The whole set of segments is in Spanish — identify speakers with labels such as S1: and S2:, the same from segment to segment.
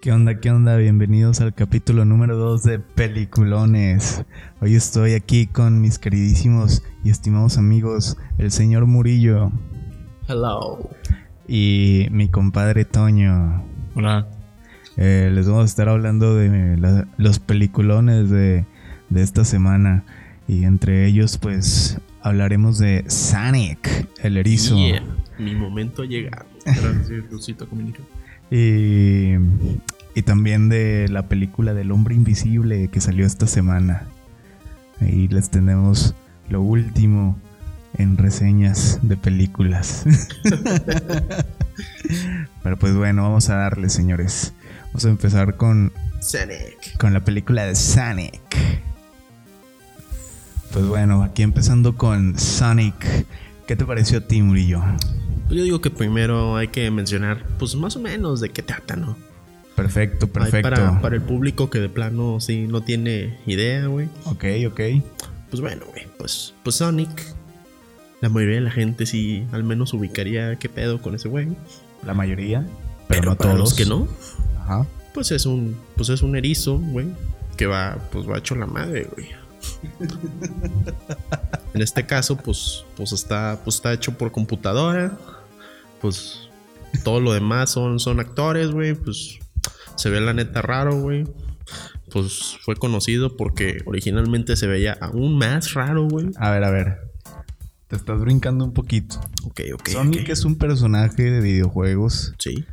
S1: ¿Qué onda? ¿Qué onda? Bienvenidos al capítulo número 2 de Peliculones. Hoy estoy aquí con mis queridísimos y estimados amigos, el señor Murillo
S2: Hello.
S1: y mi compadre Toño.
S3: Hola.
S1: Eh, les vamos a estar hablando de la- los peliculones de, de esta semana. Y entre ellos, pues, hablaremos de Sonic, el erizo.
S2: Yeah. Mi momento ha llegado. Gracias, Lucito Comunica.
S1: Y, y también de la película del hombre invisible que salió esta semana. Ahí les tenemos lo último en reseñas de películas. Pero pues bueno, vamos a darle, señores. Vamos a empezar con,
S2: Sonic.
S1: con la película de Sonic. Pues bueno, aquí empezando con Sonic. ¿Qué te pareció a ti, Murillo?
S2: Pues yo digo que primero hay que mencionar, pues más o menos de qué trata, ¿no?
S1: Perfecto,
S2: Ahí
S1: perfecto.
S2: Para, para el público que de plano sí no tiene idea, güey.
S1: Ok, ok.
S2: Pues bueno, güey. Pues, pues Sonic. La mayoría de la gente sí al menos ubicaría qué pedo con ese güey.
S1: La mayoría, pero, no
S2: para
S1: todos.
S2: los que no,
S1: Ajá.
S2: pues es un, pues es un erizo, güey, que va, pues va hecho la madre, güey. en este caso, pues, pues está, pues está hecho por computadora, pues todo lo demás son, son actores, güey, pues se ve la neta raro, güey. Pues fue conocido porque originalmente se veía aún más raro, güey.
S1: A ver, a ver. Te estás brincando un poquito.
S2: Ok, ok.
S1: Sonic
S2: ok.
S1: es un personaje de videojuegos
S2: Sí,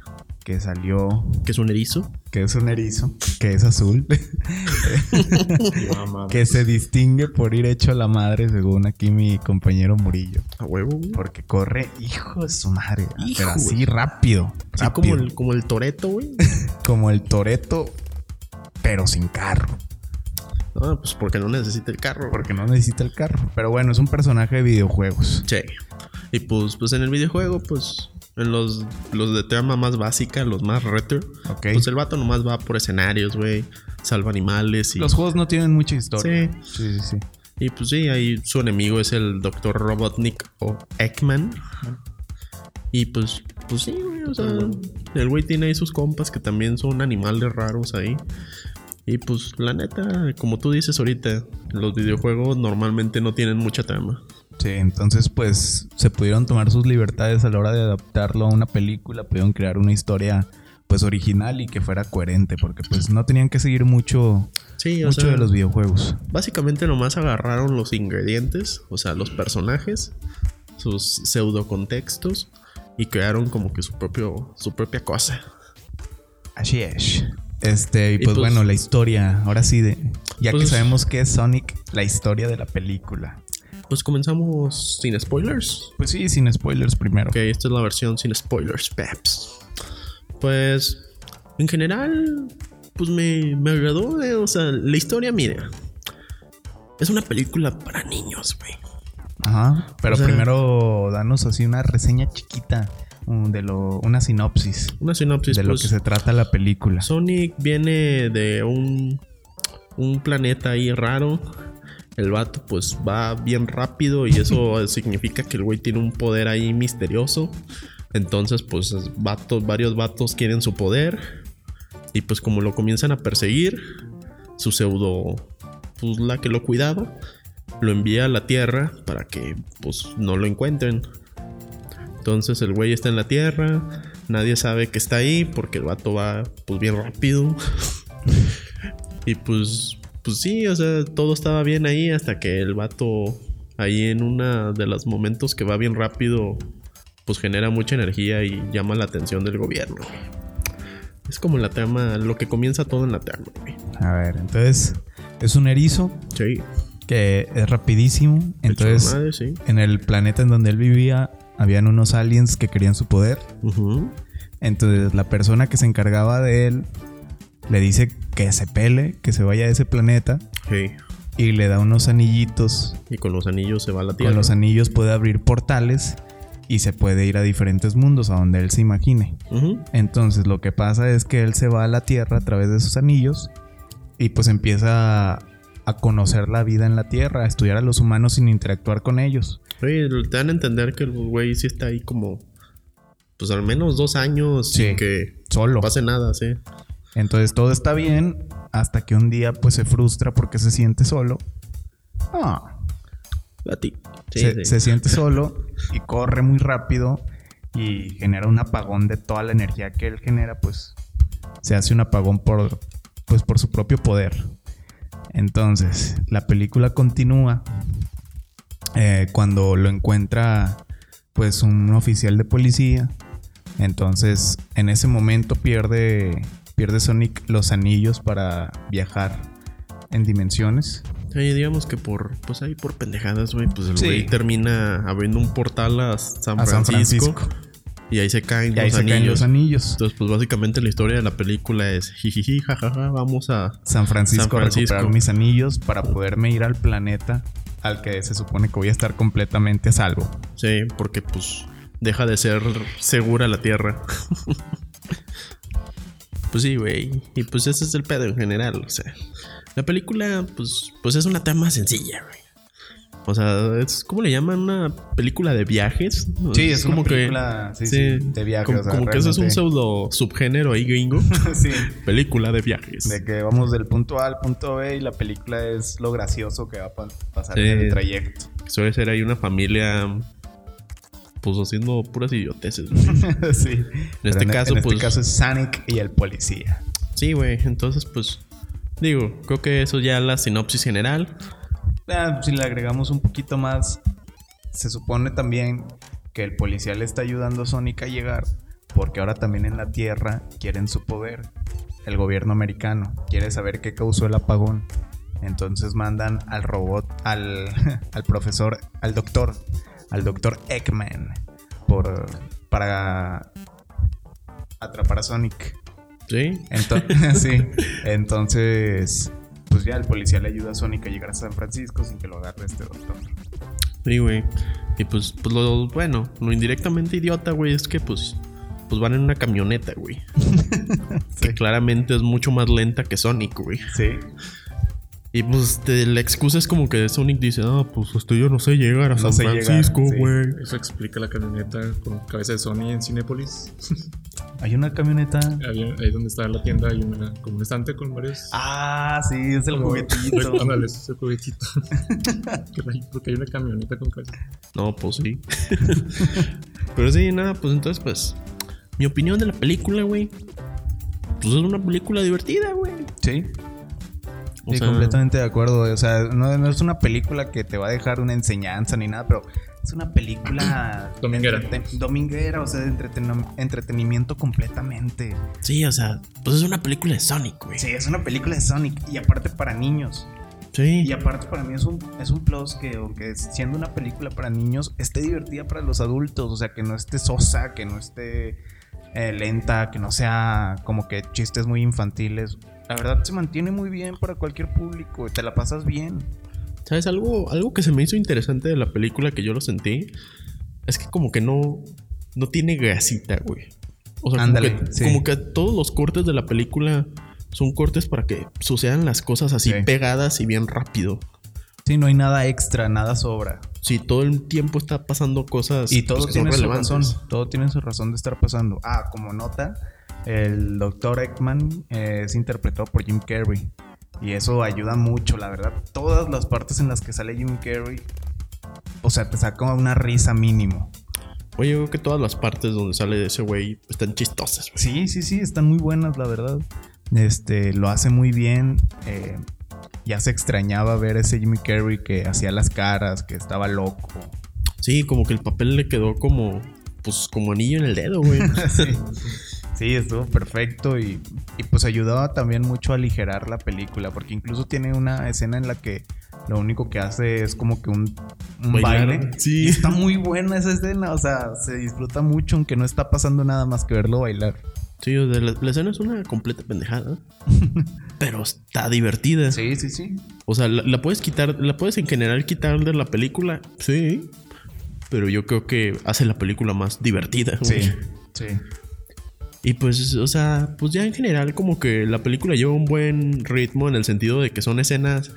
S1: que salió,
S2: que es un erizo.
S1: que es un erizo, que es azul,
S3: Mamá.
S1: que se distingue por ir hecho a la madre, según aquí mi compañero Murillo.
S2: A huevo, güey.
S1: Porque corre, hijo de su madre,
S2: Hijo,
S1: pero así
S2: güey.
S1: rápido.
S2: Así
S1: rápido.
S2: como el, como el Toreto, güey.
S1: como el Toreto, pero sin carro.
S2: Ah, pues porque no necesita el carro, güey.
S1: Porque no necesita el carro. Pero bueno, es un personaje de videojuegos.
S2: Sí. Y pues, pues en el videojuego, pues en los, los de trama más básica, los más retro,
S1: Ok.
S2: pues el vato nomás va por escenarios, güey, salva animales y...
S1: Los juegos no tienen mucha historia.
S2: sí.
S1: Sí, sí, sí.
S2: Y pues sí, ahí su enemigo es el Dr. Robotnik o Eggman. Y pues, pues sí, güey, o sea, el güey tiene ahí sus compas que también son animales raros ahí. Y pues la neta, como tú dices ahorita, los videojuegos normalmente no tienen mucha trama.
S1: Sí, entonces pues se pudieron tomar sus libertades a la hora de adaptarlo a una película, pudieron crear una historia pues original y que fuera coherente, porque pues no tenían que seguir mucho,
S2: Sí, o
S1: mucho
S2: sea,
S1: de los videojuegos.
S2: Básicamente nomás agarraron los ingredientes, o sea, los personajes, sus pseudocontextos y crearon como que su propio su propia cosa.
S1: Así es. Este, y
S2: Y,
S1: pues,
S2: pues,
S1: bueno, la historia, ahora sí, de, ya que
S2: pues-
S1: sabemos que es Sonic, la historia de la película.
S2: Pues comenzamos sin spoilers.
S1: Pues sí, sin spoilers primero.
S2: Ok, esta es la versión sin spoilers, peps. Pues en general pues me, me agradó, eh, o sea, la historia, mira. Es una película para niños, güey.
S1: Ajá, pero
S2: O sea-
S1: primero danos así una reseña chiquita, un- de lo, una sinopsis
S2: Una sinopsis
S1: de lo
S2: pues,
S1: que se trata la película.
S2: Sonic viene de un, un planeta ahí raro. El vato pues va bien rápido y eso significa que el güey tiene un poder ahí misterioso. Entonces pues es- vatos, varios vatos quieren su poder. Y pues como lo comienzan a perseguir, su pseudo, pues la que lo cuidaba, lo envía a la Tierra para que pues no lo encuentren. Entonces el güey está en la tierra, nadie sabe que está ahí porque el vato va pues bien rápido. y pues pues sí, o sea, todo estaba bien ahí hasta que el vato ahí en una de los momentos que va bien rápido pues genera mucha energía y llama la atención del gobierno. güey. Es como la trama, lo que comienza todo en la trama, güey.
S1: A ver, entonces es un erizo
S2: Sí,
S1: que es rapidísimo.
S2: hecho
S1: Entonces,
S2: madre, sí.
S1: en el planeta en donde él vivía, habían unos aliens que querían su poder.
S2: Ujú.
S1: Entonces, la persona que se encargaba de él le dice que se pele, que se vaya de ese planeta
S2: Sí.
S1: y le da unos anillitos.
S2: Y con los anillos se va a la tierra.
S1: Con los anillos puede abrir portales y se puede ir a diferentes mundos a donde él se imagine.
S2: Ujú.
S1: Entonces lo que pasa es que él se va a la Tierra a través de sus anillos y pues empieza a, a conocer la vida en la Tierra, a estudiar a los humanos sin interactuar con ellos.
S2: Oye, te dan a entender que el güey sí está ahí como, pues al menos dos años
S1: Sí.
S2: sin que
S1: Solo.
S2: pase nada, sí.
S1: Entonces todo está bien hasta que un día pues se frustra porque se siente solo. Ah,
S2: A ti. Sí,
S1: se,
S2: sí.
S1: se siente solo y corre muy rápido y genera un apagón de toda la energía que él genera, pues se hace un apagón por, pues, por su propio poder. Entonces, la película continúa eh, cuando lo encuentra pues un oficial de policía. Entonces, en ese momento pierde, pierde Sonic los anillos para viajar en dimensiones.
S2: Oye, digamos que por, pues ahí por pendejadas, güey, pues el
S1: Sí.
S2: güey termina abriendo un portal a San,
S1: A San
S2: Francisco,
S1: Francisco.
S2: y ahí se caen
S1: Y ahí
S2: los
S1: se caen
S2: anillos.
S1: los anillos.
S2: Entonces, pues básicamente la historia de la película es jijiji, jajaja, vamos a.
S1: San Francisco,
S2: San Francisco.
S1: recuperar mis anillos para poderme ir al planeta al que se supone que voy a estar completamente a salvo.
S2: Sí, porque pues deja de ser segura la tierra. pues sí, güey. Y pues ese es el pedo en general. O sea, la película, pues, pues es una tema sencilla, güey. O sea, es como le llaman una película de viajes.
S1: Pues
S2: ¿no? como que-
S1: que,
S2: sí, Como, como que eso es un pseudo subgénero ahí gringo. película de viajes.
S1: de que vamos del punto A al punto B y la película es lo gracioso que va a pa- pasar
S2: Sí.
S1: en el trayecto.
S2: Suele ser ahí una familia. Pues haciendo puras idioteces, güey.
S1: sí. Pero
S2: este caso,
S1: en
S2: pues-
S1: este caso es Sonic y el policía.
S2: Sí, güey. Entonces, pues. Digo, creo que eso ya la sinopsis general.
S1: Ah, si le agregamos un poquito más, se supone también que el policía le está ayudando a Sonic a llegar, porque ahora también en la Tierra quieren su poder. El gobierno americano quiere saber qué causó el apagón. Entonces mandan al robot, al, al profesor, al doctor, al doctor Eggman, por, para atrapar a Sonic.
S2: Sí.
S1: Entonces, sí. Entonces, pues ya el policía le ayuda a Sonic a llegar a San Francisco sin que lo agarre este doctor.
S2: Sí, güey. Y pues, pues lo bueno, lo indirectamente idiota, güey, es que pues. Pues van en una camioneta, güey.
S1: Sí.
S2: Que claramente es mucho más lenta que Sonic, güey.
S1: Sí.
S2: Y pues te- la excusa es como que Sonic dice, ah, pues este, yo no sé llegar a
S1: No
S2: San
S1: sé llegar,
S2: Francisco,
S1: sí.
S2: güey.
S3: Eso explica la camioneta con cabeza de Sony en Cinépolis.
S1: Hay una camioneta.
S3: Había- ahí donde está la tienda hay una, como un estante con varios.
S1: Ah, sí, es el
S3: como-
S1: juguetito.
S3: Ándale, ese es el juguetito. Que hay- Porque hay una camioneta con cabeza.
S2: No, pues sí. Pero sí, nada, pues entonces, pues. Mi opinión de la película, güey. Pues es una película divertida, güey.
S1: Sí.
S2: O
S1: Sí,
S2: sea,
S1: completamente de acuerdo. O sea, no, no es una película que te va a dejar una enseñanza ni nada, pero es una película
S3: Dominguera.
S1: entreten- dominguera, o sea, de entreteno- entretenimiento completamente.
S2: Sí, o sea, pues es una película de Sonic, güey.
S1: Sí, es una película de Sonic y aparte para niños.
S2: Sí.
S1: Y aparte para mí es un, es un plus que aunque siendo una película para niños, esté divertida para los adultos, o sea, que no esté sosa, que no esté eh, lenta, que no sea como que chistes muy infantiles. La verdad se mantiene muy bien para cualquier público, y te la pasas bien.
S2: ¿Sabes? Algo, algo que se me hizo interesante de la película que yo lo sentí es que como que no, no tiene grasita, güey. O sea,
S1: Ándale,
S2: como, que,
S1: sí.
S2: como que todos los cortes de la película son cortes para que sucedan las cosas así
S1: Sí.
S2: pegadas y bien rápido.
S1: Sí, no hay nada extra, nada sobra.
S2: Si todo el tiempo está pasando cosas
S1: Y todo
S2: pues, que son
S1: tiene su
S2: relevantes.
S1: razón, todo tiene su razón de estar pasando. Ah, como nota, el doctor Eggman eh, es interpretado por Jim Carrey. Y eso ayuda mucho, la verdad. Todas las partes en las que sale Jim Carrey, o sea, te saca una risa mínimo.
S2: Oye, yo creo que todas las partes donde sale ese güey están chistosas,
S1: Sí,
S2: güey.
S1: sí, sí, están muy buenas, la verdad. Este, lo hace muy bien. eh, ya se extrañaba ver ese Jim Carrey que hacía las caras, que estaba loco.
S2: Sí, como que el papel le quedó como, pues, como anillo en el dedo, güey.
S1: sí. Sí, estuvo perfecto y, y, pues ayudaba también mucho a aligerar la película, porque incluso tiene una escena en la que lo único que hace es como que un, un
S2: Bailar.
S1: baile.
S2: Sí.
S1: Y está muy buena esa escena, o sea, se disfruta mucho, aunque no está pasando nada más que verlo bailar.
S2: Sí, o sea, la, la escena es una completa pendejada. pero está divertida.
S1: Sí, sí, sí.
S2: O sea, la, la puedes quitar, la puedes en general quitar de la película. Sí. Pero yo creo que hace la película más divertida. güey.
S1: Sí, sí.
S2: Y pues, o sea, pues ya en general como que la película lleva un buen ritmo en el sentido de que son escenas,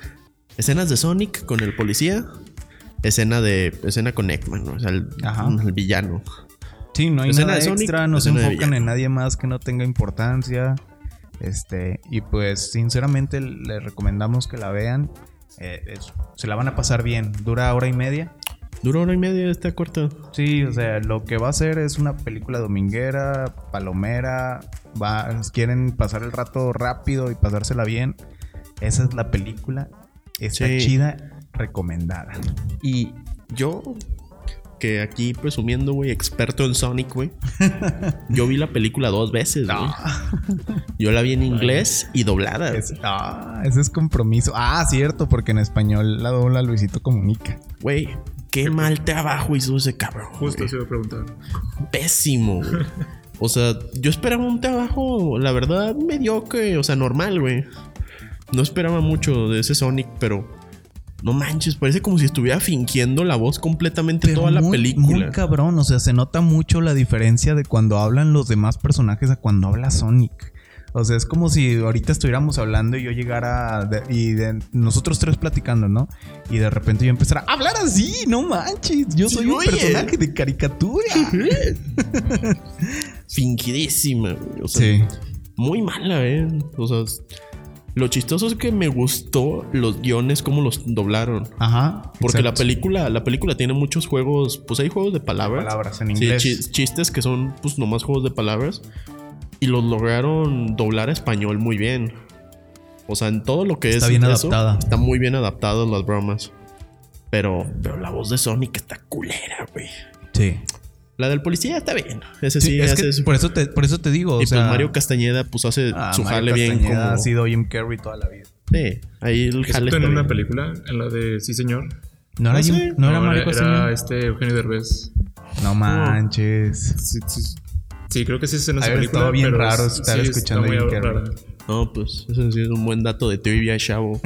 S2: escenas de Sonic con el policía, escena de, escena con Eggman, ¿no? o sea, el,
S1: Ajá.
S2: el villano.
S1: Sí, no hay
S2: Escena
S1: nada
S2: de Sonic,
S1: extra, no se
S2: escena de
S1: enfocan en nadie más que no tenga importancia. Este, y pues sinceramente les recomendamos que la vean. Eh, es- se la van a pasar bien. Dura hora y media.
S2: Dura hora y media, está corta.
S1: Sí, o sea, lo que va a ser es una película dominguera, palomera, va, quieren pasar el rato rápido y pasársela bien. Esa es la película. Está
S2: Sí.
S1: chida, recomendada.
S2: Y yo, que aquí presumiendo, güey, experto en Sonic, güey. yo vi la película dos veces, güey. Yo la vi en inglés y doblada.
S1: Es- ah, ese es compromiso. Ah, cierto, porque en español la dobla Luisito Comunica.
S2: Güey, qué mal trabajo hizo ese cabrón.
S3: Justo
S2: güey.
S3: se iba a preguntar.
S2: Pésimo, güey. O sea, yo esperaba un trabajo, la verdad, mediocre, o sea, normal, güey. No esperaba mucho de ese Sonic, pero no manches, parece como si estuviera fingiendo la voz completamente toda la
S1: muy-
S2: película.
S1: Muy cabrón, o sea, se nota mucho la diferencia de cuando hablan los demás personajes a cuando habla Sonic. O sea, es como si ahorita estuviéramos hablando y yo llegara de- y de- nosotros tres platicando, ¿no? Y de repente yo empezara a hablar así, no manches, yo
S2: Sí,
S1: soy un
S2: oye.
S1: personaje de caricatura.
S2: Fingidísima, güey. O sea,
S1: Sí,
S2: muy mala, ¿eh? O sea, es- lo chistoso es que me gustó los guiones, cómo los doblaron.
S1: ajá.
S2: Porque la
S1: exacto.
S2: película, la película tiene muchos juegos, pues hay juegos de palabras.
S1: Palabras en
S2: Sí,
S1: inglés.
S2: chis- chistes que son pues nomás juegos de palabras. Y los lograron doblar a español muy bien. O sea, en todo lo que
S1: Está
S2: es.
S1: bien
S2: eso,
S1: adaptada.
S2: Está muy bien adaptadas las bromas. Pero, pero la voz de Sonic está culera, güey.
S1: Sí.
S2: La del policía está bien. Ese
S1: Sí,
S2: sí,
S1: es
S2: hace
S1: que
S2: su-
S1: por eso te, por eso te digo,
S2: Y
S1: o
S2: pues
S1: sea,
S2: Mario Castañeda pues hace
S1: ah,
S2: su
S1: Mario
S2: jale bien
S1: Castañeda
S2: como.
S1: ha sido Jim Carrey toda la vida.
S2: Sí, ahí el jale
S3: Excepto en
S2: está
S3: una
S2: bien.
S3: película, en la de Sí Señor.
S1: No era
S2: Ah,
S1: Jim,
S2: sí.
S1: no era Mario
S3: era
S1: Castañeda.
S3: este Eugenio Derbez.
S1: No manches.
S3: Sí, sí. Sí, creo que sí es en esa
S1: Haber
S3: película.
S1: estado bien
S3: pero
S1: raro
S3: es-
S1: estar
S3: sí,
S1: escuchando
S3: está
S1: a Jim
S3: muy
S1: Carrey.
S3: raro.
S2: No, pues ese sí es un buen dato de trivia, chavo.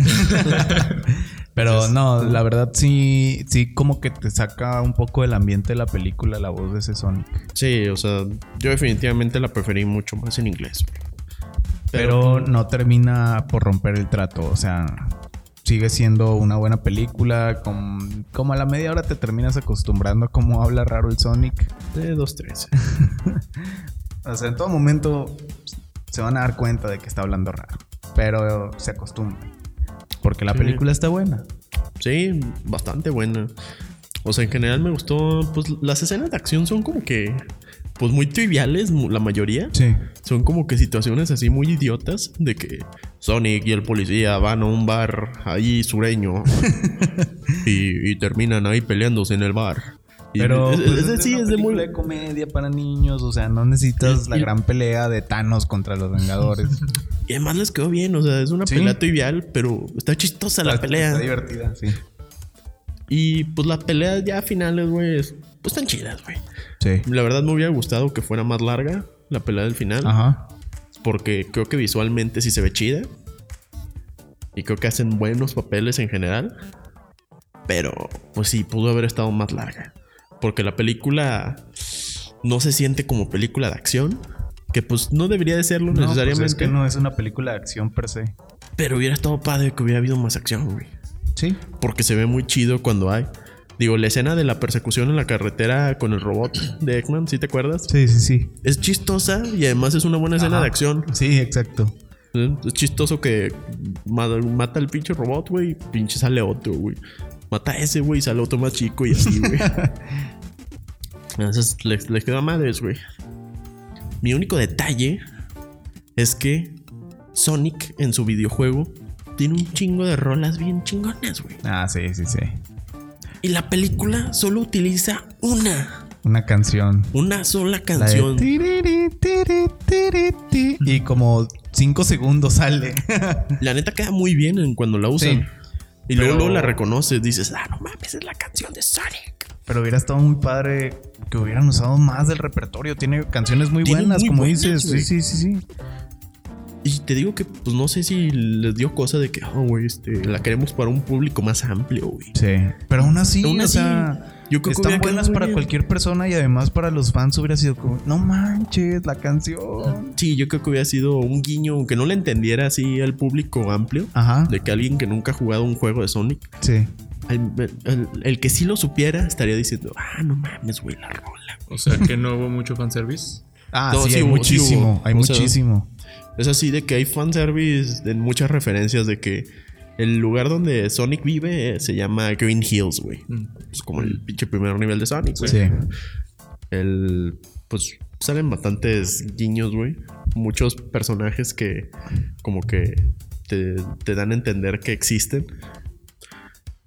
S1: Pero no, la verdad sí, sí como que te saca un poco del ambiente de la película la voz de ese Sonic.
S2: Sí, o sea, yo definitivamente la preferí mucho más en inglés.
S1: Pero no termina por romper el trato, o sea, sigue siendo una buena película, con, como a la media hora te terminas acostumbrando a cómo habla raro el Sonic.
S2: De 2-3.
S1: O sea, en todo momento se van a dar cuenta de que está hablando raro, pero se acostumbra. Porque la
S2: Sí.
S1: película está buena.
S2: Sí, bastante buena. O sea, en general me gustó. Pues las escenas de acción son como que. Pues muy triviales, mu- la mayoría.
S1: Sí.
S2: Son como que situaciones así muy idiotas. De que Sonic y el policía van a un bar ahí sureño. y, y terminan ahí peleándose en el bar. Y
S1: Pero
S2: Es, es-
S1: pues,
S2: es
S1: esta
S2: así,
S1: una
S2: es de muy.
S1: película de comedia para niños, o sea, no necesitas la
S2: Y-
S1: gran pelea de Thanos contra los Vengadores.
S2: Y además les quedó bien. O sea, es una
S1: Sí.
S2: pelea trivial, pero está chistosa la
S1: Está-
S2: pelea.
S1: Está divertida, sí.
S2: Y pues las peleas ya finales, güey, es- pues están chidas, güey.
S1: Sí.
S2: La verdad me hubiera gustado que fuera más larga la pelea del final.
S1: Ajá.
S2: Porque creo que visualmente sí se ve chida. Y creo que hacen buenos papeles en general. Pero pues sí, pudo haber estado más larga. Porque la película no se siente como película de acción. Que pues no debería de serlo
S1: No,
S2: necesariamente.
S1: pues es que no es una película de acción per se.
S2: Pero hubiera estado padre que hubiera habido más acción, güey.
S1: Sí.
S2: Porque se ve muy chido cuando hay. Digo, la escena de la persecución en la carretera con el robot de Eggman, ¿sí te acuerdas?
S1: Sí, sí, sí.
S2: Es chistosa y además es una buena escena
S1: Ajá.
S2: de acción.
S1: Sí, exacto.
S2: ¿Eh? Es chistoso que ma- mata al pinche robot, güey, y pinche sale otro, güey. Mata a ese, güey, y sale otro más chico y así, güey. Entonces les, les queda madres, güey. Mi único detalle es que Sonic en su videojuego tiene un chingo de rolas bien chingonas, güey.
S1: Ah, sí, sí, sí.
S2: Y la película solo utiliza una,
S1: Una canción.
S2: una sola
S1: La de
S2: canción.
S1: tiriri, tiri, tiri, ti. Y como cinco segundos sale.
S2: La neta queda muy bien en cuando la usan. y luego,
S1: pero-
S2: luego la reconoces, dices, ah, no mames, es la canción de Sonic.
S1: Pero hubiera estado muy padre que hubieran usado más del repertorio. Tiene canciones muy
S2: Tiene
S1: buenas,
S2: muy
S1: como
S2: buenas,
S1: dices.
S2: güey.
S1: Sí, sí, sí, sí.
S2: Y te digo que, pues no sé si les dio cosa de que, oh, güey, este, la queremos para un público más amplio, güey.
S1: Sí. Pero aún así,
S2: Aún
S1: o
S2: así,
S1: sea,
S2: yo creo que
S1: están
S2: hubiera
S1: buenas
S2: quedado muy
S1: para
S2: bien.
S1: cualquier persona y además para los fans hubiera sido como, no manches, la canción.
S2: Sí, yo creo que hubiera sido un guiño, aunque no la entendiera así al público amplio,
S1: Ajá.
S2: de que alguien que nunca ha jugado un juego de Sonic,
S1: Sí.
S2: al- el, el que sí lo supiera estaría diciendo, ah, no mames, güey, la rola.
S3: O sea que no hubo mucho fanservice.
S1: Ah,
S2: No,
S1: sí,
S2: sí
S1: hay
S2: hubo, sí
S1: muchísimo,
S2: hubo.
S1: hay
S2: O sea,
S1: muchísimo.
S2: Es así de que hay fanservice en muchas referencias de que el lugar donde Sonic vive eh, se llama Green Hills, güey.
S3: Mm.
S2: Es como el pinche primer nivel de Sonic, güey.
S1: Sí.
S2: El, pues salen bastantes guiños, güey. Muchos personajes que como que te, te dan a entender que existen.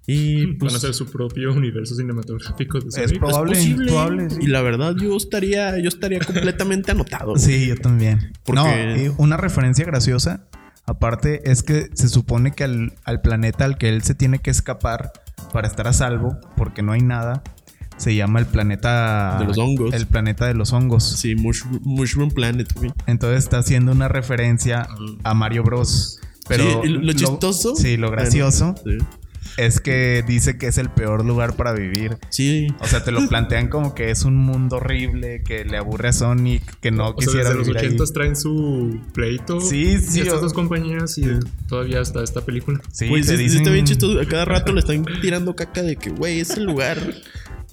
S2: Y
S3: Van a
S2: pues,
S3: hacer su propio universo cinematográfico. de
S1: Es
S3: Sonic.
S1: probable,
S2: posible.
S1: probable,
S2: y
S1: sí.
S2: la verdad yo estaría yo estaría completamente anotado. güey.
S1: Sí, yo también.
S2: Porque-
S1: No, y una referencia graciosa, aparte, es que se supone que al, al planeta al que él se tiene que escapar para estar a salvo, porque no hay nada, se llama el planeta...
S2: De los hongos.
S1: El planeta de los hongos.
S2: Sí, Mush- Mushroom Planet, güey.
S1: Entonces está haciendo una referencia a Mario Bros. Pero
S2: Sí, y lo chistoso-
S1: Sí, lo gracioso
S2: Sí.
S1: es que dice que es el peor lugar para vivir.
S2: Sí.
S1: O sea, te lo plantean como que es un mundo horrible, que le aburre a Sonic, que no
S3: O sea,
S1: quisiera
S3: desde los
S1: vivir ahí.
S3: 80 traen su pleito.
S1: Sí, sí,
S3: de
S1: o-
S3: Estas dos compañías y todavía está esta película.
S1: Sí,
S2: Güey,
S1: te
S2: Pues sí- sí
S1: dicen-
S2: está bien chistoso. A cada rato le están tirando caca de que, güey, ese lugar.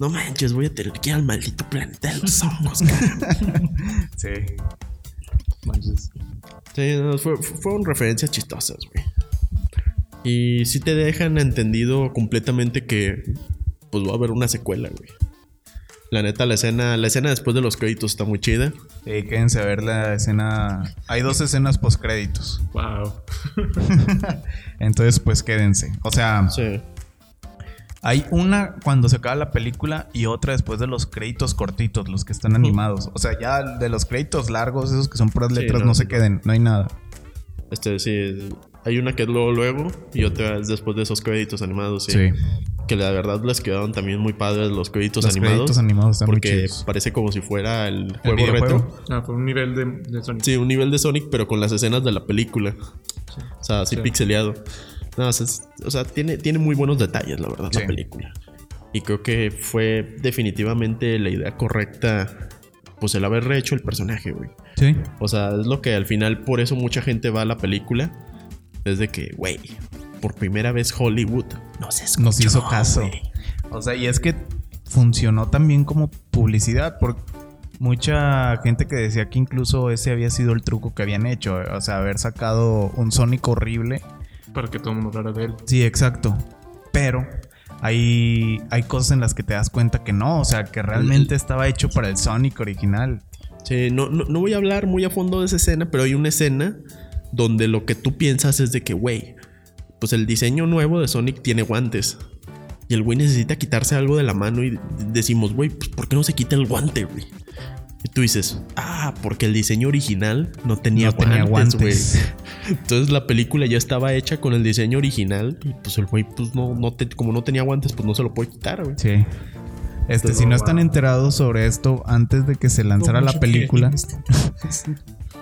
S2: No manches, voy a tener que ir al maldito planeta de los hongos, cara.
S1: Sí.
S3: Manches.
S2: Sí, no, fue- fue- fueron referencias chistosas, güey. Y sí te dejan entendido completamente que pues va a haber una secuela, güey. La neta, la escena, la escena después de los créditos está muy chida.
S1: Sí, quédense a ver la escena. Hay dos escenas post créditos.
S3: Wow.
S1: Entonces, pues quédense. O sea,
S2: Sí.
S1: hay una cuando se acaba la película y otra después de los créditos cortitos, los que están animados. O sea, ya de los créditos largos, esos que son puras
S2: Sí,
S1: letras,
S2: no,
S1: no se
S2: sí, no.
S1: queden, no hay nada.
S2: Este, sí. es- Hay una que es luego, luego y otra es después de esos créditos animados, sí. Que la verdad les quedaron también muy padres los créditos
S1: Los
S2: animados.
S1: créditos animados están muy
S2: porque
S1: chidos.
S2: parece como si fuera el
S1: El
S2: juego
S1: videojuego.
S2: retro.
S3: Ah, fue un nivel de, de Sonic.
S2: Sí, un nivel de Sonic, pero con las escenas de la película. O sea, así
S3: Sí.
S2: pixeleado. No, o sea, es- o sea, tiene, tiene muy buenos detalles, la verdad,
S1: Sí.
S2: la película. Y creo que fue definitivamente la idea correcta, pues el haber rehecho el personaje, güey.
S1: Sí.
S2: O sea, es lo que al final, por eso mucha gente va a la película. Es de que, güey, por primera vez Hollywood nos escuchó.
S1: Nos hizo caso.
S2: güey.
S1: O sea, y es que funcionó también como publicidad, porque mucha gente que decía que incluso ese había sido el truco que habían hecho, o sea, haber sacado un Sonic horrible.
S3: Para que todo el mundo hablara de él.
S1: Sí, exacto. Pero hay, hay cosas en las que te das cuenta que no, o sea, que realmente estaba hecho para el Sonic original.
S2: Sí, no, no, no voy a hablar muy a fondo de esa escena, pero hay una escena donde lo que tú piensas es de que, güey, pues el diseño nuevo de Sonic tiene guantes. Y el güey necesita quitarse algo de la mano y decimos, güey, pues ¿por qué no se quita el guante, güey? Y tú dices, ah, porque el diseño original no tenía
S1: no tenía
S2: guantes, güey.
S1: guantes.
S2: Entonces la película ya estaba hecha con el diseño original y pues el güey, pues no, no te- como no tenía guantes, pues no se lo puede quitar, güey.
S1: Sí. Este,
S3: Pero,
S1: si no están
S3: wow.
S1: enterados sobre esto, antes de que se lanzara la película,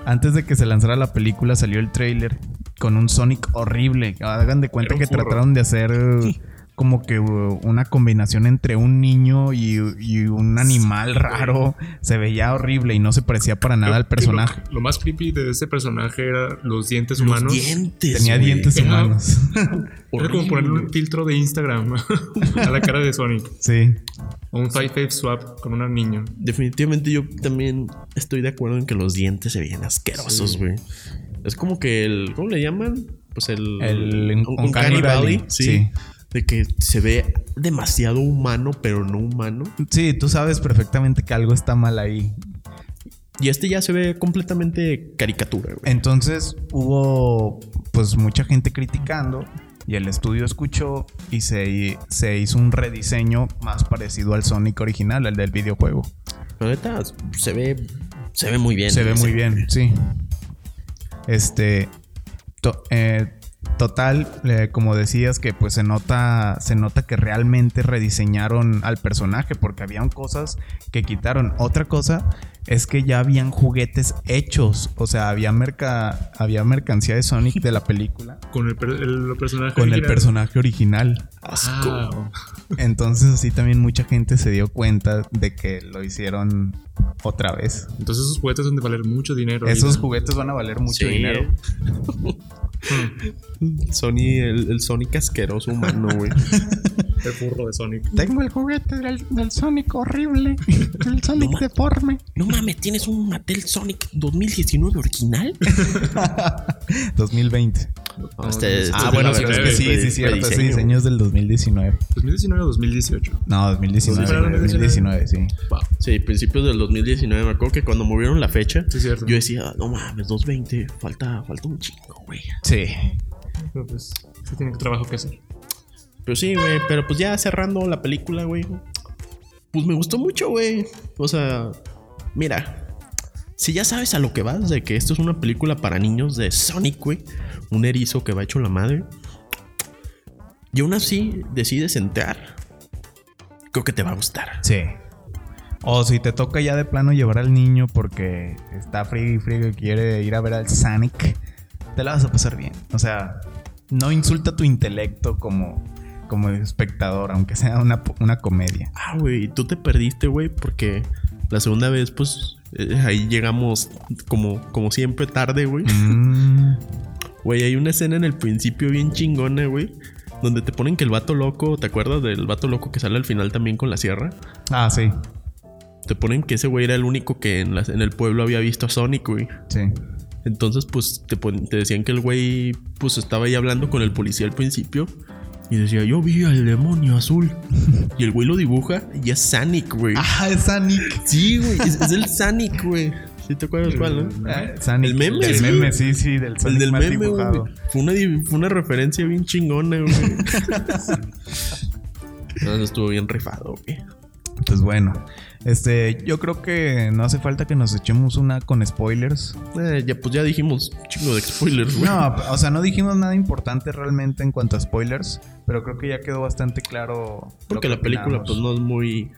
S1: antes de que se lanzara la película salió el tráiler con un Sonic horrible. Hagan de
S3: Era
S1: cuenta
S3: un
S1: que
S3: furro.
S1: trataron de hacer eh, como que uh, una combinación entre un niño y, y un animal raro. Se veía horrible y no se parecía para nada al
S3: Creo que lo-
S1: personaje.
S3: Lo, más creepy de ese personaje era los dientes humanos.
S2: Dientes.
S1: Tenía
S2: güey.
S1: dientes
S3: Era-
S1: humanos.
S3: Era como
S2: Horrible.
S3: ponerle un filtro de Instagram a la cara de Sonic.
S1: sí.
S3: O un side face swap con una niña.
S2: Definitivamente yo también estoy de acuerdo en que los dientes se veían asquerosos, güey. Es como que el... ¿Cómo le llaman? Pues el...
S1: El
S2: un-
S1: Uncanny
S2: un Uncanny
S1: Valley,
S2: Valley, sí.
S1: sí.
S2: De que se ve demasiado humano, pero no humano.
S1: Sí, tú sabes perfectamente que algo está mal ahí.
S2: Y este ya se ve completamente caricatura, güey.
S1: Entonces hubo pues mucha gente criticando y el estudio escuchó y se, se hizo un rediseño más parecido al Sonic original, al del videojuego.
S2: La neta, se ve... Se ve muy bien.
S1: se ve
S2: ese.
S1: muy bien, sí. Este, to- eh, total, eh, como decías que pues se nota, se nota que realmente rediseñaron al personaje porque habían cosas que quitaron. Otra cosa es que ya habían juguetes hechos, o sea, había merca, había mercancía de Sonic de la película
S3: Con el, per- el personaje.
S1: con el
S3: original.
S1: personaje original.
S2: Asco.
S3: Ah, oh.
S1: Entonces así también mucha gente se dio cuenta de que lo hicieron otra vez.
S3: Entonces esos juguetes han de valer mucho dinero.
S1: Esos
S3: ahorita.
S1: juguetes van a valer mucho
S2: Sí,
S1: dinero.
S2: Sony, el, el Sonic asqueroso humano, güey.
S3: El burro de Sonic.
S1: Tengo el juguete del, del Sonic horrible. El Sonic
S2: No ma-
S1: deforme.
S2: No mames, ¿tienes un Mattel Sonic 2019 original?
S1: 2020.
S2: Este-
S1: Ah,
S2: este
S1: bueno,
S2: es
S1: sí,
S2: la
S1: es
S2: verdad,
S1: que sí,
S2: güey,
S1: sí, cierto. Ese
S2: rediseño.
S1: diseño es del 2019.
S3: 2019 o 2018.
S1: No, 2019.
S3: 2019.
S1: 2019, sí.
S3: Wow.
S2: Sí, principios del 2019. Me acuerdo que cuando movieron la fecha,
S3: Sí, es cierto.
S2: yo decía, "Ah, no mames, 220, falta, falta un chingo, güey.
S1: Sí.
S3: Pero pues, sí tiene trabajo que hacer.
S2: Pero sí, güey, pero pues ya cerrando la película, güey. Pues me gustó mucho, güey. O sea, mira, si ya sabes a lo que vas, de que esto es una película para niños de Sonic, güey, un erizo que va hecho la madre. Y aún así decides entrar, creo que te va a gustar.
S1: Sí. O si te toca ya de plano llevar al niño porque está frío y frío y quiere ir a ver al Sonic, te la vas a pasar bien. O sea, no insulta tu intelecto como, como espectador, aunque sea una, una comedia.
S2: Ah, güey, tú te perdiste, güey, porque la segunda vez, pues, eh, ahí llegamos como, como siempre tarde, güey.
S1: Mm,
S2: Güey, hay una escena en el principio bien chingona, güey. Donde te ponen que el vato loco, ¿te acuerdas del vato loco que sale al final también con la sierra?
S1: Ah, sí.
S2: Te ponen que ese güey era el único que en, las- en el pueblo había visto a Sonic, güey.
S1: Sí.
S2: Entonces, pues, te, pon- te decían que el güey, pues, estaba ahí hablando con el policía al principio. Y decía, yo vi al demonio azul. y el güey lo dibuja y es Sonic, güey.
S1: Ah, es Sonic.
S2: Sí, güey, es, es el Sonic, güey. ¿Sí te acuerdas cuál, no?
S1: Eh, Sonic.
S2: El meme,
S1: Del
S2: sí.
S1: meme, sí, sí, del Sonic
S2: El del
S1: mal
S2: meme,
S1: dibujado.
S2: güey. Fue una, di- fue una referencia bien chingona, güey. Entonces estuvo bien rifado, güey.
S1: Pues bueno. Este, yo creo que no hace falta que nos echemos una con spoilers.
S2: Eh, ya, pues ya dijimos un chingo de spoilers, güey.
S1: No, o sea, no dijimos nada importante realmente en cuanto a spoilers, pero creo que ya quedó bastante claro. lo
S2: porque
S1: que
S2: la película, pues
S1: opinamos.
S2: no es muy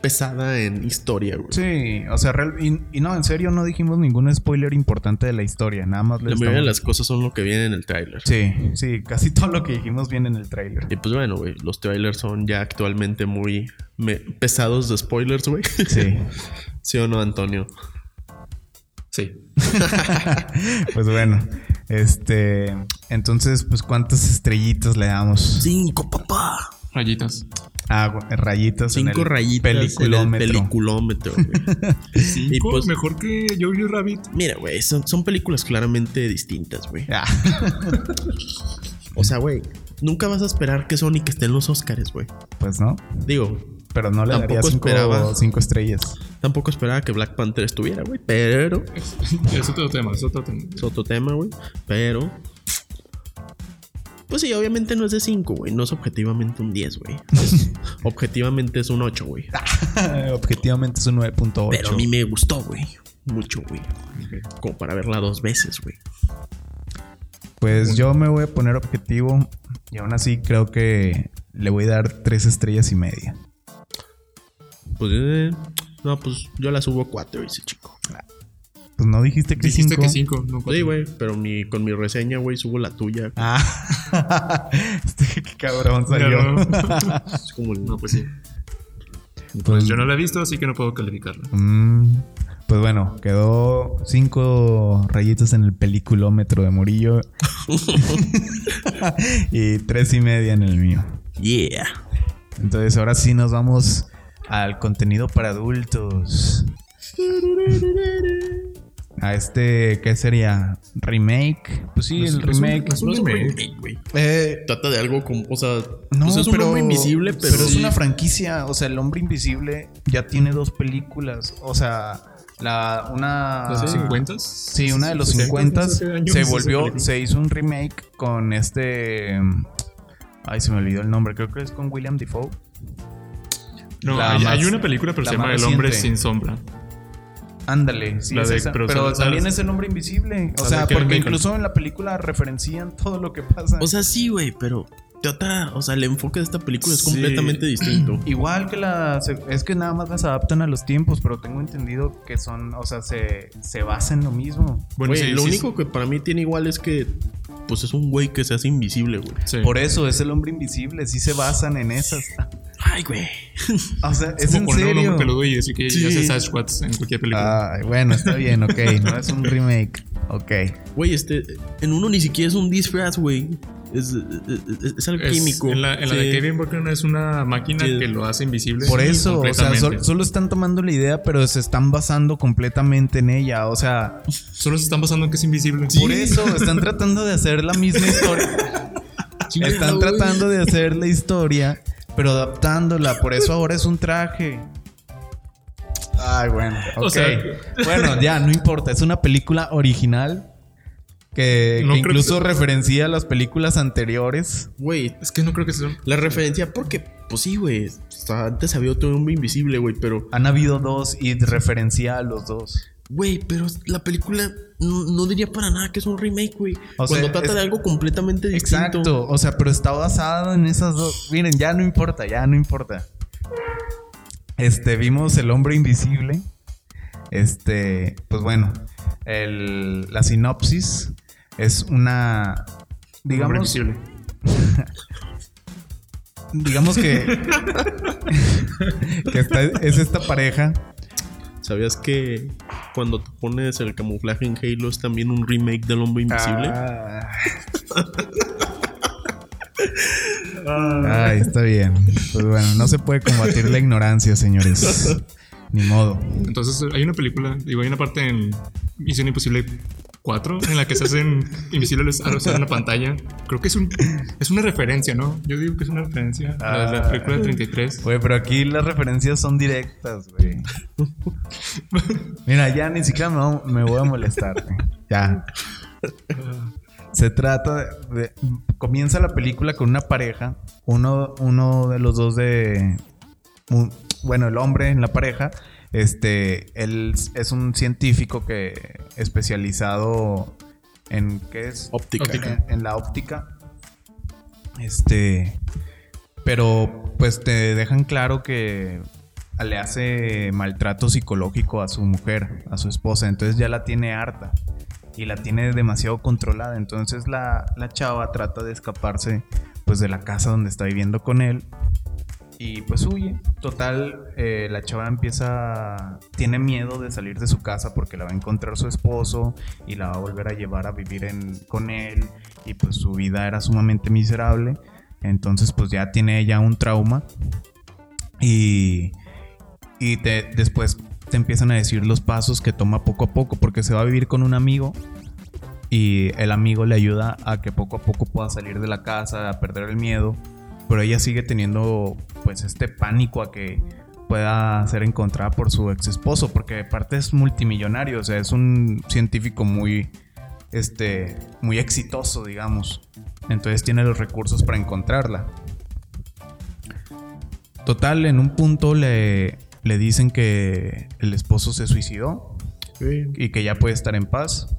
S2: pesada en historia, güey.
S1: Sí, o sea, real- y, y no, en serio no dijimos ningún spoiler importante de la historia, nada más le
S2: la mayoría de
S1: estamos-
S2: las cosas son lo que viene en el tráiler.
S1: Sí, sí, casi todo lo que dijimos viene en el tráiler.
S2: Y pues bueno, güey, los trailers son ya actualmente muy me- pesados de spoilers, güey.
S1: Sí.
S2: ¿Sí o no, Antonio?
S3: Sí.
S1: pues bueno, este, entonces, pues cuántas estrellitas le damos?
S2: Cinco, papá.
S3: Rayitas.
S1: Ah, gu- rayitas en
S2: Cinco
S1: el
S2: rayitas
S1: peliculómetro.
S2: en el peliculómetro, güey.
S3: Cinco,
S2: pues-
S3: mejor que Jojo Rabbit.
S2: Mira, güey, son, son películas claramente distintas, güey.
S1: Ah,
S2: O sea, güey, nunca vas a esperar que Sonic esté en los Oscars, güey.
S1: pues no,
S2: Digo,
S1: pero no le daría
S2: Tampoco
S1: cinco,
S2: esperaba.
S1: cinco estrellas.
S2: tampoco esperaba que Black Panther estuviera, güey. Pero,
S3: Es otro tema, es otro tema.
S2: es otro tema, güey. Pero, pues sí, obviamente no es de 5, güey. No es objetivamente un 10, güey. Es- objetivamente es un 8, güey.
S1: Objetivamente es un 9.8.
S2: Ah, Pero a mí me gustó, güey. Mucho, güey. Como para verla dos veces, güey.
S1: Pues yo me voy a poner objetivo y aún así creo que le voy a dar tres estrellas y media.
S2: Pues, eh, no, pues yo la subo 4, dice chico.
S1: Pues no dijiste que
S3: Dijiste
S1: cinco.
S3: que cinco, no cuatro.
S2: Sí, güey, pero mi, con mi reseña, güey, subo la tuya.
S1: Ah, este qué cabrón soy yo.
S3: No, no.
S2: Es como el-
S3: No, pues sí.
S1: Pues,
S3: Yo no la he visto, así que no puedo calificarla.
S1: Mm, pues bueno, quedó cinco rayitas en el peliculómetro de Murillo y tres y media en el mío.
S2: Yeah.
S1: Entonces ahora sí nos vamos al contenido para adultos.
S3: Pues,
S1: A este, ¿qué sería? ¿Remake? Pues sí,
S3: Es-
S1: el
S3: es un-
S1: remake.
S3: es un
S2: No es un
S3: remake.
S2: remake, güey.
S1: Eh,
S2: Trata de algo como, o sea,
S1: no,
S2: pues es un
S1: pero,
S2: hombre invisible, pero,
S1: es
S2: sí.
S1: una franquicia. O sea, El Hombre Invisible ya tiene dos películas. O sea, la, una.
S2: Pues
S3: ¿Las de 50?
S1: Sí, una de los 50 se volvió, se hizo un remake con este. Ay, se me olvidó el nombre. Creo que es con William Defoe.
S3: No,
S1: la
S3: hay, hay
S1: más-
S3: una película, pero
S1: la
S3: se llama
S1: más
S3: El hombre
S1: reciente.
S3: sin sombra.
S1: Ándale, sí,
S3: La
S1: es
S3: de-
S1: esa. Pero,
S3: pero sale-
S1: también
S3: sale-
S1: es el hombre invisible. O
S3: sale
S1: sea,
S3: Kevin
S1: porque
S3: Bacon.
S1: incluso en la película referencian todo lo que pasa.
S2: O sea, sí, güey, pero trata, o sea, el enfoque de esta película es
S3: Sí.
S2: completamente distinto.
S1: Igual que la... se- Es que nada más las adaptan a los tiempos, pero tengo entendido que son... O sea, se, se basa en lo mismo.
S3: Bueno,
S2: Güey,
S3: sí,
S2: lo
S3: sí,
S2: único que para mí tiene igual es que pues es un güey que se hace invisible, güey.
S3: sí.
S1: Por eso es el hombre invisible, sí se basan en esas.
S2: Ay, güey.
S1: O sea, es,
S3: como
S1: en
S3: poner un
S1: serio. Ah.
S3: hombre peludo y decir que
S2: Sí.
S3: ya se Sasquatch en cualquier película.
S1: Ay, bueno, está bien, ok. No es un remake. Ok.
S2: Güey, este en uno ni siquiera es un disfraz, güey. Es, es- es alquímico.
S3: en la, en la de
S2: Sí. Ah,
S3: Kevin Buckner es una máquina
S2: Sí.
S3: que lo hace invisible.
S1: Por eso, o sea, sol-
S3: completamente.
S1: solo están tomando la idea, pero se están basando completamente en ella. O sea,
S3: solo se están basando en que es invisible.
S1: por eso están tratando de hacer la misma historia.
S3: Chinga,
S1: Están
S3: güey.
S1: tratando de hacer la historia, pero adaptándola. Por eso ahora es un traje. Ay, bueno.
S3: O
S1: ok.
S3: sea-
S1: bueno, ya, no importa. Es una película original que,
S3: No
S1: que
S3: creo
S1: incluso
S3: que-
S1: referencia a las películas anteriores.
S2: Güey,
S3: Es que no creo que sea un-
S2: la referencia, porque, pues sí, güey. hasta Antes había otro hombre invisible, güey, pero.
S1: Han habido dos y referencia a los dos.
S2: Güey, pero la película no, no diría para nada que es un remake, güey.
S1: O
S2: Cuando
S1: sea,
S2: trata
S1: es-
S2: de algo completamente distinto.
S1: Exacto, o sea, pero está basado en esas dos. Miren, ya no importa, ya no importa. Este, vimos El Hombre Invisible. Este, pues bueno, el- la sinopsis es una.
S3: un hombre
S1: Digamos,
S3: invisible.
S1: digamos que. que está- es esta pareja.
S2: ¿Sabías que cuando te pones el camuflaje en Halo es también un remake del hombre invisible?
S1: Ah. Ay, está bien. Pues bueno, no se puede combatir la ignorancia, señores. Ni modo.
S3: Entonces, hay una película, digo, hay una parte en Misión Imposible 4 en la que se hacen invisibles a los en la pantalla. Creo que es, un, es una referencia, ¿no? Yo digo que es una referencia a la, la
S1: Ah.
S3: película de 33.
S1: Güey, pero aquí las referencias son directas, güey. Mira, ya ni siquiera me, va- me voy a molestar, güey. Ya. Se trata de, de- Comienza la película con una pareja. Uno, uno de los dos de... un- bueno, el hombre en la pareja. Este, él es un científico que especializado en... ¿Qué es?
S2: Óptica.
S1: En, en la óptica. Este. Pero pues te dejan claro que le hace maltrato psicológico a su mujer, a su esposa. Entonces ya la tiene harta. Y la tiene demasiado controlada. Entonces la, la chava trata de escaparse pues de la casa donde está viviendo con él. Y pues huye. Total, eh, la chava empieza. Tiene miedo de salir de su casa porque la va a encontrar su esposo y la va a volver a llevar a vivir en- con él. Y pues su vida era sumamente miserable. Entonces, pues ya tiene ella un trauma. Y. Y te- después te empiezan a decir los pasos que toma poco a poco porque se va a vivir con un amigo. Y el amigo le ayuda a que poco a poco pueda salir de la casa, a perder el miedo pero ella sigue teniendo pues este pánico a que pueda ser encontrada por su ex esposo porque aparte es multimillonario, o sea, es un científico muy este muy exitoso, digamos. Entonces tiene los recursos para encontrarla. Total, en un punto le le dicen que el esposo se suicidó
S2: Güey,
S1: y que ya puede estar en paz.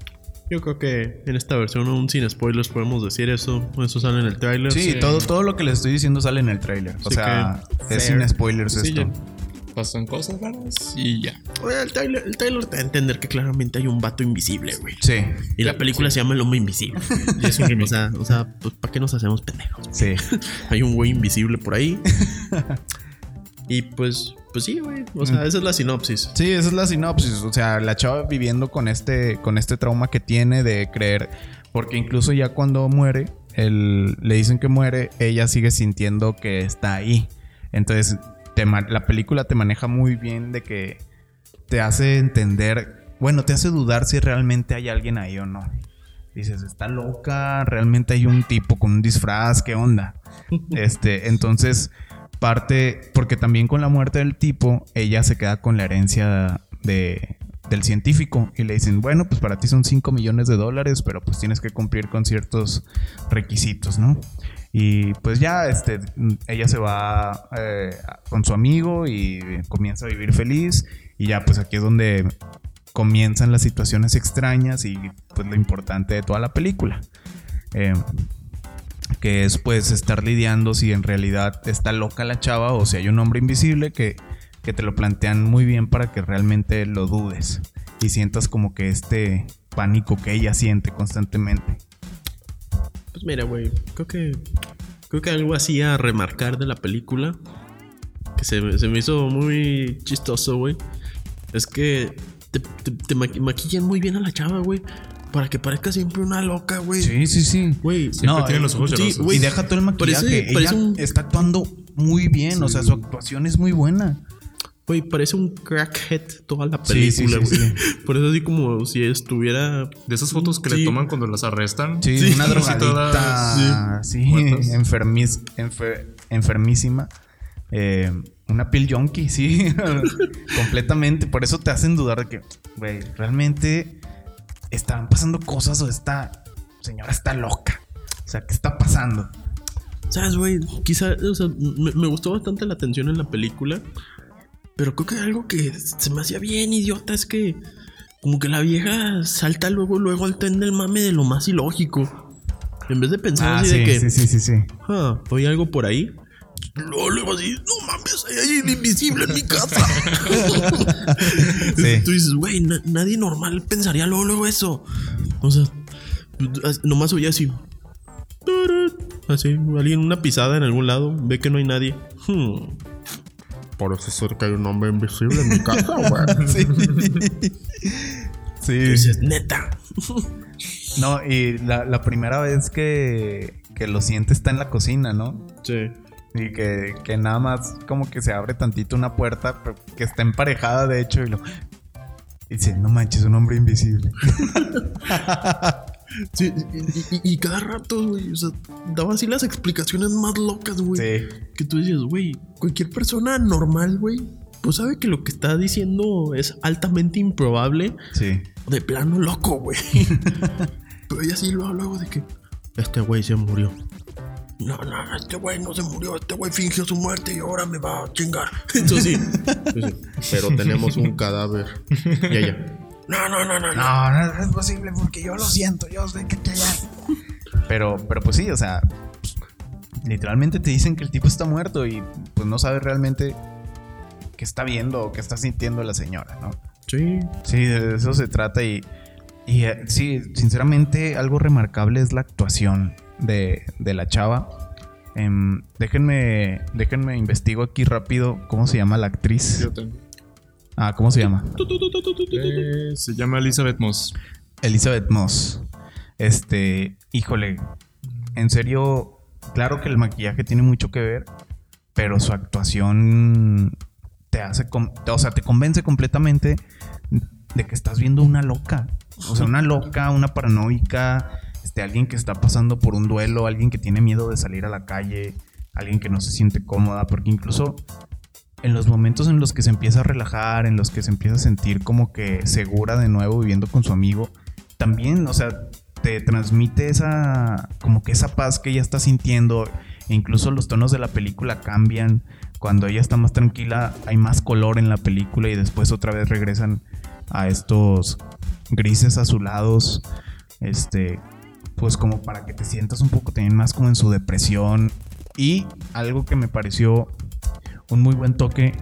S2: Yo creo que en esta versión aún sin spoilers podemos decir eso. Eso sale en el tráiler.
S1: Sí,
S3: sí.
S1: todo todo lo que le estoy diciendo sale en el tráiler. O
S2: Así
S1: sea, es
S2: fair.
S1: sin spoilers
S3: Sí,
S1: esto.
S3: ya pasan cosas raras y ya.
S2: Oye, El tráiler el tráiler te da a entender que claramente hay un vato invisible, güey.
S1: Sí.
S2: Y la película se llama El Hombre Invisible.
S3: es un remake.
S2: o sea, o sea pues, ¿para qué nos hacemos pendejos?
S1: Sí.
S2: Hay un güey invisible por ahí. y pues, pues sí, güey. O sea,
S1: Mm.
S2: esa es la sinopsis.
S1: Sí, esa es la sinopsis. O sea, la chava viviendo con este, con este trauma que tiene de creer. Porque incluso ya cuando muere, el- le dicen que muere, ella sigue sintiendo que está ahí. Entonces, te ma- la película te maneja muy bien de que te hace entender, bueno, te hace dudar si realmente hay alguien ahí o no. Dices, está loca, realmente hay un tipo con un disfraz, ¿qué onda? Este, entonces, parte, porque también con la muerte del tipo, ella se queda con la herencia de, del científico y le dicen, bueno, pues para ti son 5 millones de dólares, pero pues tienes que cumplir con ciertos requisitos, ¿no? Y pues ya, este, mm, ella se va eh, con su amigo y comienza a vivir feliz y ya, pues aquí es donde comienzan las situaciones extrañas y pues lo importante de toda la película. Eh, que es pues estar lidiando si en realidad está loca la chava o si hay un hombre invisible que, que te lo plantean muy bien para que realmente lo dudes y sientas como que este pánico que ella siente constantemente.
S2: Pues mira, güey, creo que creo que algo así a remarcar de la película que se, me- se me hizo muy chistoso, güey. Es que te, te- te maqui- maquillan muy bien a la chava, güey.
S4: para que parezca siempre una loca, güey.
S5: Sí, sí, sí.
S4: Güey,
S3: Siempre
S1: No,
S3: tiene
S1: eh,
S3: los ojos
S4: sí,
S3: llorosos.
S1: Y
S4: güey.
S1: deja todo el maquillaje.
S4: Parece- parece
S1: Ella
S4: un-
S1: está actuando muy bien. O sea, su actuación es muy buena.
S4: güey, parece un crackhead toda la
S1: Sí, sí,
S4: película,
S1: sí,
S4: güey. Por eso así como si estuviera
S3: De esas fotos que
S4: Sí.
S3: le toman cuando las arrestan.
S1: Sí,
S4: Sí,
S1: una
S3: sí,
S1: drogadicta.
S3: todas-
S1: Sí,
S3: muertas.
S1: enfermis- enfer- enfermísima. Eh, una pill yonki, sí. Completamente. Por eso te hacen dudar de que, güey, realmente están pasando cosas o esta señora está loca. O sea, ¿qué está pasando?
S4: ¿Sabes, güey? Quizá, o sea, me, me gustó bastante la tensión en la película. Pero creo que algo que se me hacía bien idiota es que... Como que la vieja salta luego, luego al tren del mame de lo más ilógico. En vez de pensar así de que...
S1: Ah, sí, sí, sí, sí.
S4: Ah, ¿Hay algo por ahí? Luego, luego así, no mames, hay alguien invisible en mi casa.
S1: Sí.
S4: Tú dices, güey, na- nadie normal pensaría luego, luego eso. O sea, pues, as- nomás oía así. tarut, Así, alguien una pisada en algún lado, ve que no hay nadie. Hmm. Por eso es que hay un hombre invisible en mi casa, güey.
S1: Sí.
S4: Y
S1: sí.
S4: dices, neta.
S1: No, y la, la primera vez que, que lo siente está en la cocina, ¿no?
S4: Sí.
S1: Y que, que nada más como que se abre tantito una puerta pero que está emparejada, de hecho, y lo... Y dice, no manches, un hombre invisible.
S4: Sí, y, y- y cada rato, güey, o sea, daba así las explicaciones más locas, güey.
S1: Sí.
S4: Que tú dices, güey, cualquier persona normal, güey, pues sabe que lo que está diciendo es altamente improbable,
S1: Sí.
S4: de plano loco, güey. Pero ella sí luego, luego de que este güey se murió. No, no, este güey no se murió, este güey fingió su muerte y ahora me va a chingar. Eso sí. Pero tenemos un cadáver. Ya, ya. No, no, no, no, no.
S1: No, no es posible porque yo lo siento, yo sé que te Pero, pero pues sí, o sea, literalmente te dicen que el tipo está muerto y pues no sabes realmente qué está viendo o qué está sintiendo la señora, ¿no?
S4: Sí,
S1: Sí, de eso se trata y, y, eh, sí, sinceramente algo remarcable es la actuación de, de la chava. Em, déjenme, déjenme investigo aquí rápido cómo se llama la actriz.
S3: Yo tengo.
S1: Ah, ¿cómo se llama?
S3: Eh, se llama Elizabeth Moss.
S1: Elizabeth Moss. Este, híjole, en serio, claro que el maquillaje tiene mucho que ver, pero su actuación te hace, com- te- o sea, te convence completamente de que estás viendo una loca, o sea, una loca, una paranoica, este, alguien que está pasando por un duelo, alguien que tiene miedo de salir a la calle, alguien que no se siente cómoda, porque incluso en los momentos en los que se empieza a relajar, en los que se empieza a sentir como que segura de nuevo viviendo con su amigo, también, o sea, te transmite esa, como que esa paz que ella está sintiendo. E incluso los tonos de la película cambian. Cuando ella está más tranquila, hay más color en la película y después otra vez regresan a estos grises azulados. Este, pues como para que te sientas un poco también más como en su depresión. Y algo que me pareció un muy buen toque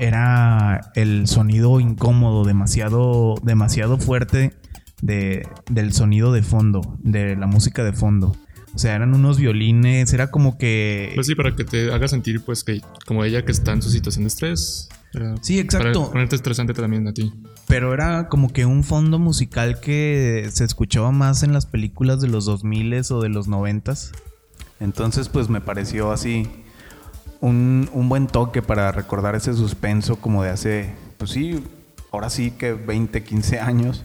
S1: era el sonido incómodo, demasiado, demasiado fuerte de, del sonido de fondo, de la música de fondo. O sea, eran unos violines, era como que...
S3: Pues sí, para que te haga sentir, pues, que como ella que está en su situación de estrés. eh,
S1: sí, exacto.
S3: Para ponerte estresante también a ti.
S1: Pero era como que un fondo musical que se escuchaba más en las películas de los 2000 o de los 90 Entonces, pues me pareció así un, un buen toque para recordar ese suspenso como de hace, pues sí, ahora sí que 20, 15 años.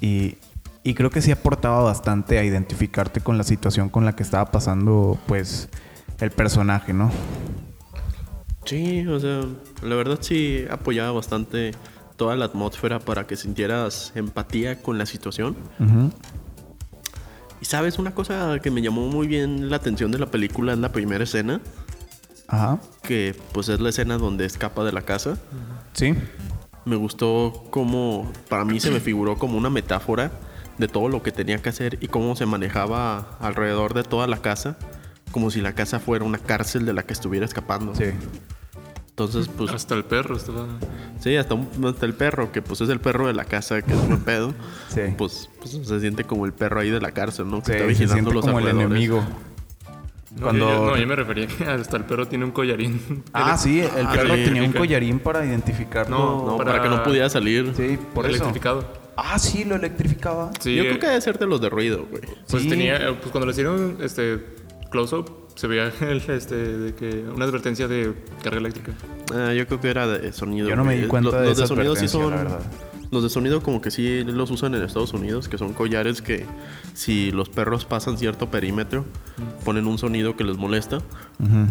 S1: Y, y creo que sí aportaba bastante a identificarte con la situación con la que estaba pasando, pues, el personaje, ¿no?
S4: Sí, o sea, la verdad sí apoyaba bastante toda la atmósfera para que sintieras empatía con la situación.
S1: Ujú.
S4: Y sabes, una cosa que me llamó muy bien la atención de la película es la primera escena,
S1: Ajá.
S4: que pues es la escena donde escapa de la casa.
S1: Sí.
S4: Me gustó cómo, para mí se me figuró como una metáfora de todo lo que tenía que hacer y cómo se manejaba alrededor de toda la casa, como si la casa fuera una cárcel de la que estuviera escapando.
S1: Sí.
S4: Entonces, pues
S3: Hasta el perro estaba.
S4: Sí, hasta, un- hasta el perro, que pues es el perro de la casa, que es un pedo.
S1: Sí.
S4: Pues, pues, se siente como el perro ahí de la cárcel, ¿no? Que
S1: Sí,
S4: está
S1: se
S4: vigilando
S1: siente
S4: los
S1: como el
S4: alrededores.
S1: enemigo.
S3: No,
S1: Cuando-
S3: yo, yo- no, yo me refería que hasta el perro tiene un collarín.
S1: Ah, sí, el
S4: Ah,
S1: perro
S4: sí,
S1: tenía un
S3: rica.
S1: collarín para identificarlo.
S4: No,
S3: No,
S4: para... que no pudiera salir.
S1: sí, por eso.
S3: electrificado.
S6: Ah, sí, lo electrificaba.
S7: Sí,
S4: Yo
S7: eh,
S4: creo que debe ser de los de ruido, güey.
S7: Pues
S6: Sí.
S7: tenía, eh, pues cuando le hicieron este close-up, se veía el, este, de que una advertencia de carga eléctrica.
S4: Ah, yo creo que era de sonido.
S1: Yo no me
S4: güey.
S1: di cuenta
S4: Lo-
S1: de
S4: los
S1: esa
S4: sonido sí
S1: advertencia,
S4: son.
S1: la verdad.
S4: Los de sonido, como que sí los usan en Estados Unidos, que son collares que si los perros pasan cierto perímetro, ponen un sonido que les molesta.
S1: Ujú.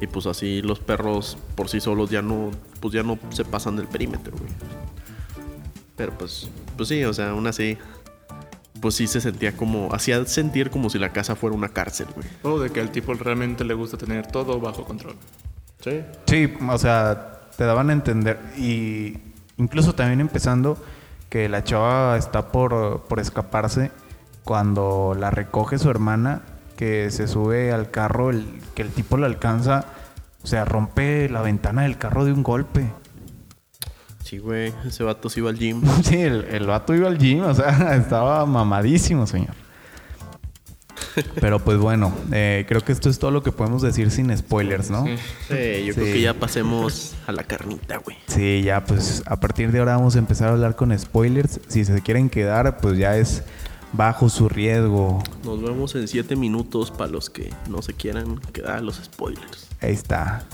S4: Y pues así los perros por sí solos ya no, pues ya no se pasan del perímetro, güey. Pero pues, pues sí, o sea, aún así, pues sí se sentía como, hacía sentir como si la casa fuera una cárcel, güey.
S7: O de que al tipo realmente le gusta tener todo bajo control.
S4: Sí.
S1: Sí, o sea, te daban a entender. Y incluso también empezando que la chava está por, por escaparse cuando la recoge su hermana, que se sube al carro, el, que el tipo la alcanza, o sea, rompe la ventana del carro de un golpe.
S4: Sí, güey, ese vato se iba al gym.
S1: Sí, el, el vato iba al gym, o sea, estaba mamadísimo, señor. Pero pues bueno, eh, creo que esto es todo lo que podemos decir sin spoilers, ¿no?
S7: Sí.
S4: Sí, yo
S1: Sí.
S4: creo que ya pasemos a la carnita, güey.
S1: Sí, ya pues a partir de ahora vamos a empezar a hablar con spoilers. Si se quieren quedar, pues ya es bajo su riesgo.
S4: Nos vemos en 7 minutos para los que no se quieran quedar los spoilers.
S1: Ahí está.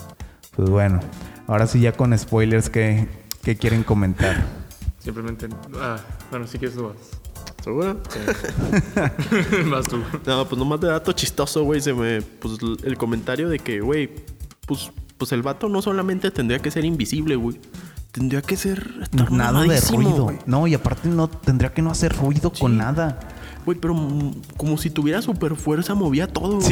S1: Pues bueno, ahora sí ya con spoilers, ¿qué, qué quieren comentar?
S7: Simplemente. Ah, bueno, si quieres tú vas.
S4: ¿Seguro?
S7: vas tú.
S4: No, pues nomás de dato chistoso, güey, se me... Pues l- el comentario de que, güey, pues, pues el vato no solamente tendría que ser invisible, güey. Tendría que ser... estar
S1: Nada de
S4: mamadísimo,
S1: ruido.
S4: güey.
S1: No, y aparte no tendría que no hacer ruido con nada.
S4: Güey, pero mm, como si tuviera super fuerza, movía todo, güey.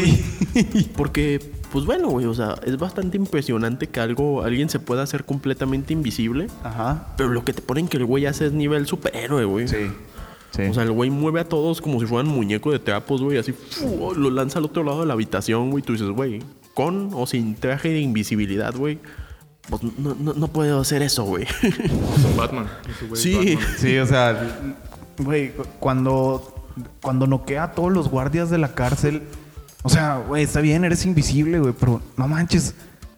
S1: Sí.
S4: Porque, pues bueno, güey, o sea, es bastante impresionante que algo, alguien se pueda hacer completamente invisible.
S1: Ajá.
S4: Pero lo que te ponen que el güey hace es nivel superhéroe, güey.
S1: Sí. Sí.
S4: O sea, el güey mueve a todos como si fueran muñecos de trapos, güey. Así, ¡fu! oh, lo lanza al otro lado de la habitación, güey. Tú dices, güey, con o sin traje de invisibilidad, güey. Pues no, no, no puedo hacer eso, güey.
S7: Son Batman. ese güey es
S4: Sí.
S7: Batman.
S1: Sí, o sea, güey, cu- cuando, cuando noquea a todos los guardias de la cárcel, o sea, güey, está bien, eres invisible, güey, pero no manches.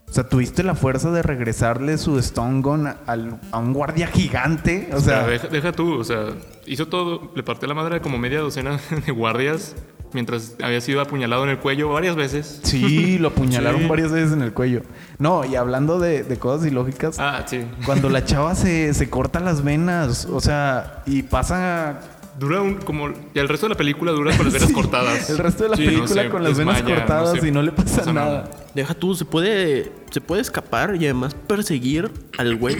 S1: O sea, tuviste la fuerza de regresarle su Stone Gun al- a un guardia gigante. O sea,
S7: Pero deja, deja tú, o sea, hizo todo, le partió la madre a como media docena de guardias mientras había sido apuñalado en el cuello varias veces.
S1: sí, lo apuñalaron
S7: Sí.
S1: varias veces en el cuello. No, y hablando de, de cosas ilógicas,
S7: Ah, sí.
S1: cuando la chava se, se corta las venas, o sea, y pasa
S7: Dura un, como. Y el resto de la película dura con las venas cortadas.
S1: el resto de la
S7: Sí, no
S1: película
S7: sé,
S1: con las venas
S7: desmaya,
S1: cortadas
S7: sé,
S1: y no le pasa, nada.
S4: Deja tú, se puede, se puede escapar y además perseguir al güey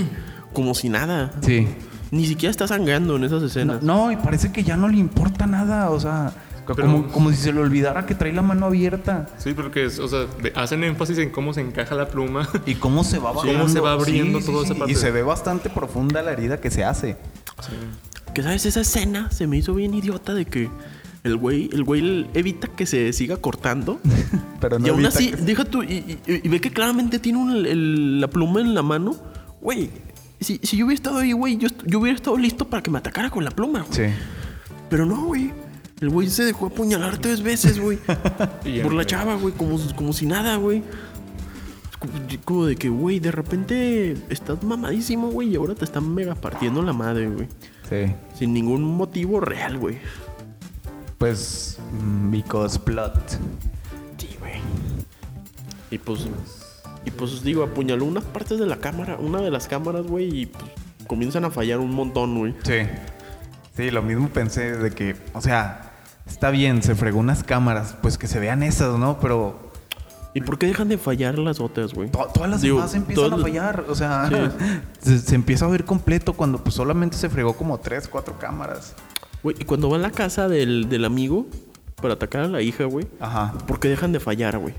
S4: como si nada.
S1: Sí.
S4: Ni siquiera está sangrando en esas
S1: No,
S4: escenas.
S1: no, y parece que ya no le importa nada, o sea, co-
S7: Pero-
S1: como, como si se le olvidara que trae la mano abierta.
S7: Sí, porque, es- o sea, de- hacen énfasis en cómo se encaja la pluma.
S1: Y cómo se va
S7: Sí, cómo se va abriendo toda esa parte.
S1: Y se ve bastante profunda la herida que se hace.
S4: Que sabes, esa escena se me hizo bien idiota de que el güey, el güey evita que se siga cortando.
S1: Pero no
S4: y aún
S1: evita
S4: así,
S1: que-
S4: deja tú, y, y- y ve que claramente tiene un- el- la pluma en la mano. Güey, si, si yo hubiera estado ahí, güey, yo, est- yo hubiera estado listo para que me atacara con la pluma. güey.
S1: Sí.
S4: Pero no, güey. El güey se dejó apuñalar tres veces, güey.
S7: Y
S4: por
S7: el-
S4: la chava, güey, como, como si nada, güey. Como- Como de que, güey, de repente estás mamadísimo, güey, y ahora te están mega partiendo la madre, güey.
S1: Sí.
S4: Sin ningún motivo real, güey.
S1: Pues, mm, because plot.
S4: Sí, güey. Y pues. Y pues digo, apuñaló unas partes de la cámara, una de las cámaras, güey, y pues, comienzan a fallar un montón, güey.
S1: Sí. Sí, lo mismo pensé de que, o sea, está bien, se fregó unas cámaras, pues que se vean esas, ¿no? Pero
S4: ¿Y por qué dejan de fallar las otras, güey?
S1: to- todas las
S4: Digo,
S1: demás empiezan
S4: todas-
S1: a fallar, o sea, se, se empieza a ver completo cuando pues solamente se fregó como tres, cuatro cámaras.
S4: Güey, y cuando va a la casa del, del amigo para atacar a la hija, güey,
S1: Ajá.
S4: ¿por qué dejan de fallar, güey?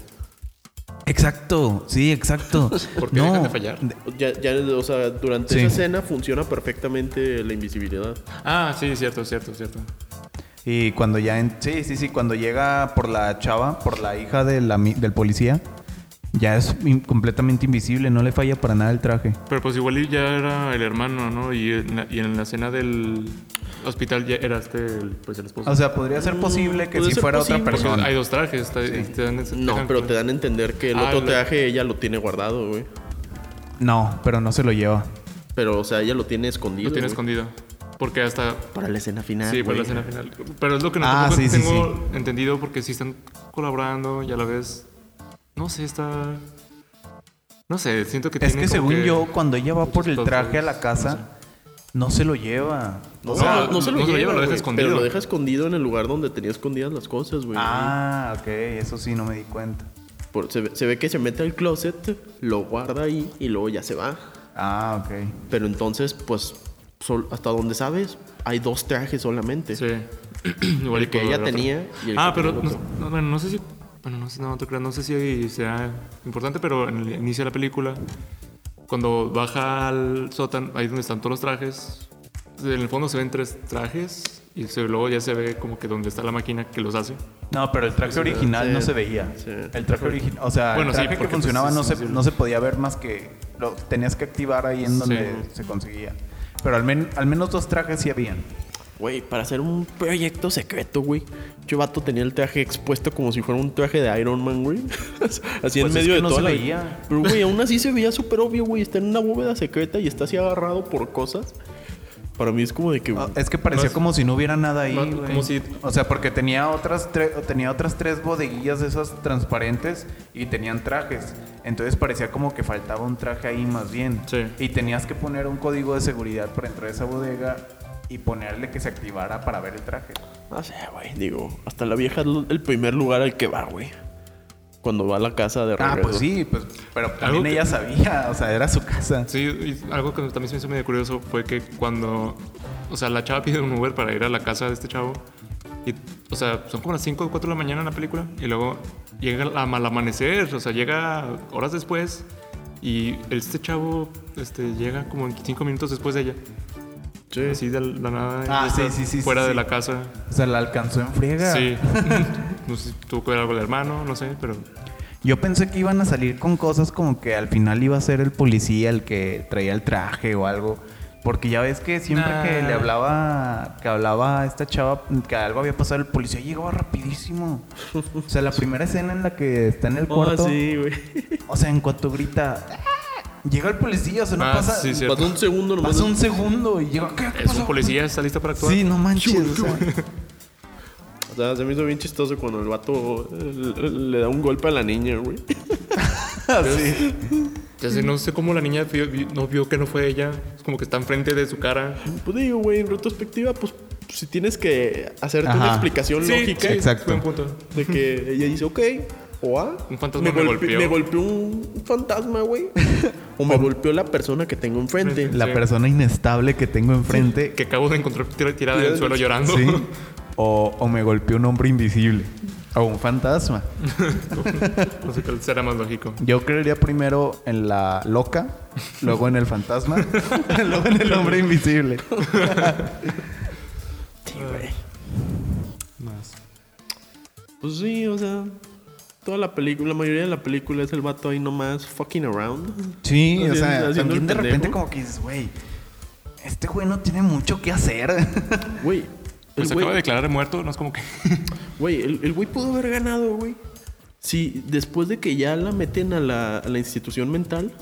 S1: Exacto, sí, exacto.
S7: ¿Por qué dejan de fallar?
S1: de-
S4: Ya, ya, o sea, durante
S1: Sí.
S4: esa escena funciona perfectamente la invisibilidad.
S7: Ah, sí, cierto, cierto, cierto.
S1: Y cuando ya, en- sí, sí, sí, cuando llega por la chava, por la hija de la mi- del policía, ya es in- completamente invisible, no le falla para nada el traje.
S7: Pero pues igual y ya era el hermano, ¿no? Y en la, y en la escena del hospital ya era este, el- pues el esposo.
S1: O sea, podría
S7: Mm,
S1: ser posible que
S4: puede
S1: si
S4: ser
S1: fuera otra
S4: posible.
S7: Porque
S1: persona.
S7: hay dos trajes. está- te dan-
S4: No,
S7: dejan-
S4: pero te dan a entender que el
S7: Ah,
S4: otro
S7: lo-
S4: traje ella lo tiene guardado, güey.
S1: No, pero no se lo lleva.
S4: Pero, o sea, ella lo tiene escondido.
S7: Lo tiene
S4: güey.
S7: escondido. Porque hasta.
S8: Para la escena final.
S7: sí, para la
S8: güey.
S7: escena final. Pero es lo que no
S1: Ah,
S7: tampoco
S1: sí, sí,
S7: tengo entendido porque sí están colaborando y a la vez. No sé, está. No sé, siento que
S1: Es
S7: tienen
S1: que
S7: como
S1: según
S7: que-
S1: yo, cuando ella va por el
S7: muchos
S1: traje a la
S7: toques,
S1: casa, no se lo lleva.
S7: O
S4: No, no se
S7: sea,
S4: lo
S7: no se lo
S4: lleva,
S7: lleva, lo deja
S4: güey,
S7: escondido.
S4: Pero lo deja escondido en el lugar donde tenía escondidas las cosas, güey.
S1: Ah, ok, eso sí, no me di cuenta.
S4: Por- se, ve- se ve que se mete al closet, lo guarda ahí y luego ya se va.
S1: Ah, ok.
S4: Pero entonces, pues, sol- hasta donde sabes, hay dos trajes solamente.
S7: Sí. Igual
S4: El que
S7: con
S4: ella
S7: del otro.
S4: tenía y el
S7: Ah,
S4: que
S7: pero
S4: tenía el
S7: no,
S4: otro.
S7: no, bueno, no sé si. Bueno, no sé, no, te creas, no sé si sea importante, pero en el inicio de la película, cuando baja al sótano, ahí donde están todos los trajes, en el fondo se ven tres trajes y se- luego ya se ve como que donde está la máquina que los hace.
S1: No, pero el traje original no se veía.
S4: sí.
S1: El traje original, o sea,
S7: Bueno,
S1: el
S7: sí,
S1: traje que
S7: porque, pues,
S1: funcionaba
S7: es
S1: no se,
S7: invisible.
S1: no se podía ver más que lo tenías que activar ahí en donde
S7: Sí.
S1: se conseguía. Pero al, men- al menos dos trajes sí habían.
S4: Güey, para hacer un proyecto secreto, güey. Yo vato tenía el traje expuesto como si fuera un traje de Iron Man, güey. así en
S1: es
S4: medio
S1: que
S4: de
S1: no
S4: toda
S1: se
S4: la-
S1: veía.
S4: Pero, güey, aún así se veía súper obvio, güey. Está en una bóveda secreta y está así agarrado por cosas. Para mí es como de que...
S1: Ah, Es que parecía
S7: No es-
S1: como si no hubiera nada ahí,
S7: no,
S1: güey.
S7: como si-
S1: O sea, porque tenía otras, tre- tenía otras tres bodeguillas de esas transparentes y tenían trajes. Entonces parecía como que faltaba un traje ahí más bien.
S7: Sí.
S1: Y tenías que poner un código de seguridad para entrar a esa bodega y ponerle que se activara para ver el traje.
S4: No sé, güey. Digo, hasta la vieja es lo- el primer lugar al que va, güey. Cuando va a la casa de
S1: Ah,
S4: regreso.
S1: pues sí, pues, pero también
S7: que-
S1: ella sabía, o sea, era su casa.
S7: Sí, y algo que también se me hizo medio curioso fue que cuando, o sea, la chava pide un Uber para ir a la casa de este chavo, y, o sea, son como las 5 o 4 de la mañana en la película, y luego llega al al amanecer, o sea, llega horas después, y este chavo este, llega como 5 minutos después de ella,
S4: Sí, sí.
S7: así de la nada,
S1: Ah,
S7: ya está
S1: sí, sí, sí,
S7: fuera
S1: sí,
S7: de
S1: sí.
S7: la casa.
S1: O sea, la alcanzó en friega.
S7: Sí, no sé, tuvo que ver algo el hermano, no sé, pero
S1: Yo pensé que iban a salir con cosas como que al final iba a ser el policía el que traía el traje o algo. Porque ya ves que siempre
S7: Nah.
S1: que le hablaba, que hablaba a esta chava, que algo había pasado, el policía llegaba rapidísimo. O sea, la primera escena en la que está en el
S7: Oh,
S1: cuarto,
S4: sí, güey.
S1: o sea, en cuanto grita, "¡Ah!", llega el policía, o sea, no
S7: Ah,
S1: pasa,
S7: sí, cierto.
S4: Pasó un segundo nomás.
S1: pasa un segundo y llega, ¿qué, qué
S7: es
S1: pasó?
S7: un policía, está listo para actuar.
S1: Sí, no manches. o sea.
S4: O sea, se me hizo bien chistoso cuando el vato eh, le, le da un golpe a la niña, güey.
S7: Ya sé, no sé cómo la niña vio- vi- no vio que no fue ella. Es como que está enfrente de su cara.
S4: Pues digo, güey, en retrospectiva, pues si tienes que hacerte
S1: Ajá.
S4: una explicación lógica
S1: sí. exacto.
S7: Buen punto.
S4: de que ella dice, ok, o ah,
S7: Un fantasma me
S4: golpe-
S7: golpeó.
S4: me golpeó un fantasma, güey. o me golpeó la persona que tengo enfrente.
S1: La
S7: Sí.
S1: persona inestable que tengo enfrente.
S7: Que acabo de encontrar tir- tirada en el suelo llorando.
S1: Sí. O, o me golpeó un hombre invisible. O un fantasma.
S7: no sé cuál será más lógico.
S1: Yo creería primero en la loca, luego en el fantasma, luego en el hombre invisible.
S4: Sí, güey. Pues sí, o sea, toda la película, la mayoría de la película es el vato ahí nomás fucking around.
S1: Sí, o
S4: Haciendo-
S1: sea,
S4: haciendo
S1: también
S4: el
S1: de repente
S4: pendejo.
S1: como que dices, güey, este güey no tiene mucho que hacer.
S4: Güey, el
S7: Pues
S4: güey-
S7: acaba de declarar muerto, no es como que.
S4: Güey, el el güey pudo haber ganado, güey. Si después de que ya la meten a la, a la institución mental,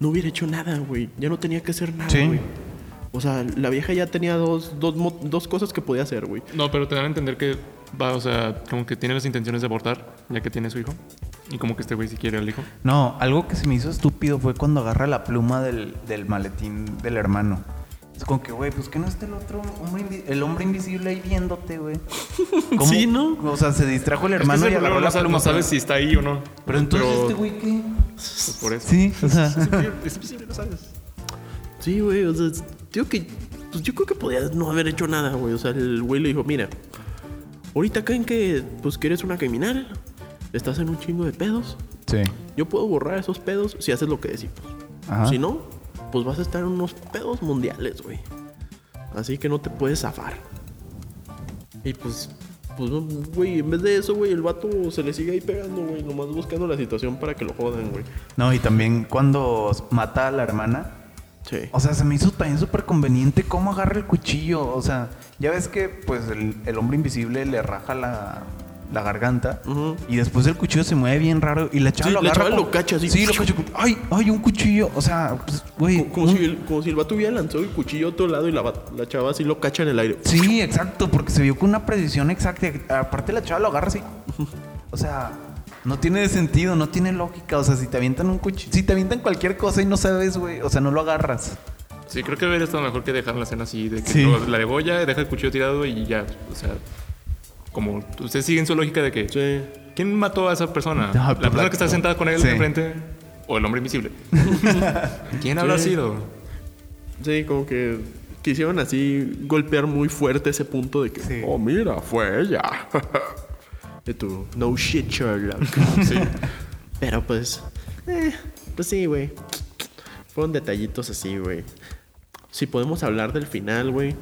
S4: no hubiera hecho nada, güey. Ya no tenía que hacer nada,
S1: Sí.
S4: güey. O sea, la vieja ya tenía dos, dos, mo- dos cosas que podía hacer, güey.
S7: No, pero te dan a entender que va, o sea, como que tiene las intenciones de abortar, ya que tiene su hijo. Y como que este güey si quiere al hijo.
S1: No, algo que se me hizo estúpido fue cuando agarra la pluma del, del maletín del hermano. Es como que, güey, pues que no está el otro hombre, invi- el hombre invisible ahí viéndote, güey. ¿Cómo?
S4: Sí, ¿no?
S1: O sea, se distrajo el hermano
S7: es que
S1: y
S7: ese
S1: agarró la
S7: problema, Este no, sa-
S1: pluma.
S7: no sabes si está ahí o no.
S1: Pero entonces este güey qué?
S7: pues, por eso.
S1: Sí, o sea,
S7: Es imposible, no sabes.
S4: Sí, güey. O sea, es- digo que. Pues yo creo que podía no haber hecho nada, güey. O sea, el güey le dijo, mira, ahorita creen que. Pues que eres una criminal. Estás en un chingo de pedos.
S1: sí.
S4: Yo puedo borrar esos pedos si haces lo que decimos.
S1: Ajá.
S4: Si no, pues vas a estar en unos pedos mundiales, güey. Así que no te puedes zafar. Y pues, pues, no, güey, en vez de eso, güey, el vato se le sigue ahí pegando, güey, nomás buscando la situación para que lo jodan, güey.
S1: No, y también cuando mata a la hermana,
S4: Sí.
S1: o sea, se me hizo también súper conveniente cómo agarra el cuchillo. O sea, ya ves que pues el, el hombre invisible le raja la, la garganta.
S4: Ujú.
S1: Y después el cuchillo se mueve bien raro. Y la chava
S4: Sí,
S1: lo
S4: la
S1: agarra.
S4: chava
S1: como-
S4: lo cacha así.
S1: Sí, lo cacha. ¡Ay! ¡Ay, un cuchillo! O sea, pues, güey.
S4: Como, como si el, como si el vato hubiera lanzado el cuchillo a otro lado y la, va- la chava así lo cacha en el aire.
S1: Sí, exacto, porque se vio con una precisión exacta. Aparte la chava lo agarra así. O sea, no tiene sentido, no tiene lógica. O sea, si te avientan un cuchillo, si te avientan cualquier cosa y no sabes, güey, o sea, no lo agarras.
S7: Sí, creo que hubiera estado mejor que dejar la escena así, de que
S1: Sí.
S7: lo- la debolla, deja el cuchillo tirado y ya. O sea, como ustedes siguen su lógica de que.
S4: Sí.
S7: ¿Quién mató a esa persona?
S1: Ah,
S7: la
S1: pues,
S7: persona
S1: la-
S7: que está sentada con él
S1: Sí.
S7: enfrente o el hombre invisible. ¿Quién habrá
S4: Sí.
S7: sido?
S4: Sí, como que quisieron así golpear muy fuerte ese punto de que,
S1: Sí.
S4: oh, mira, fue ella. y tú, no shit, Sherlock.
S7: Sí.
S4: Pero pues, eh, pues sí, güey. Fueron detallitos así, güey. Si podemos hablar del final, güey.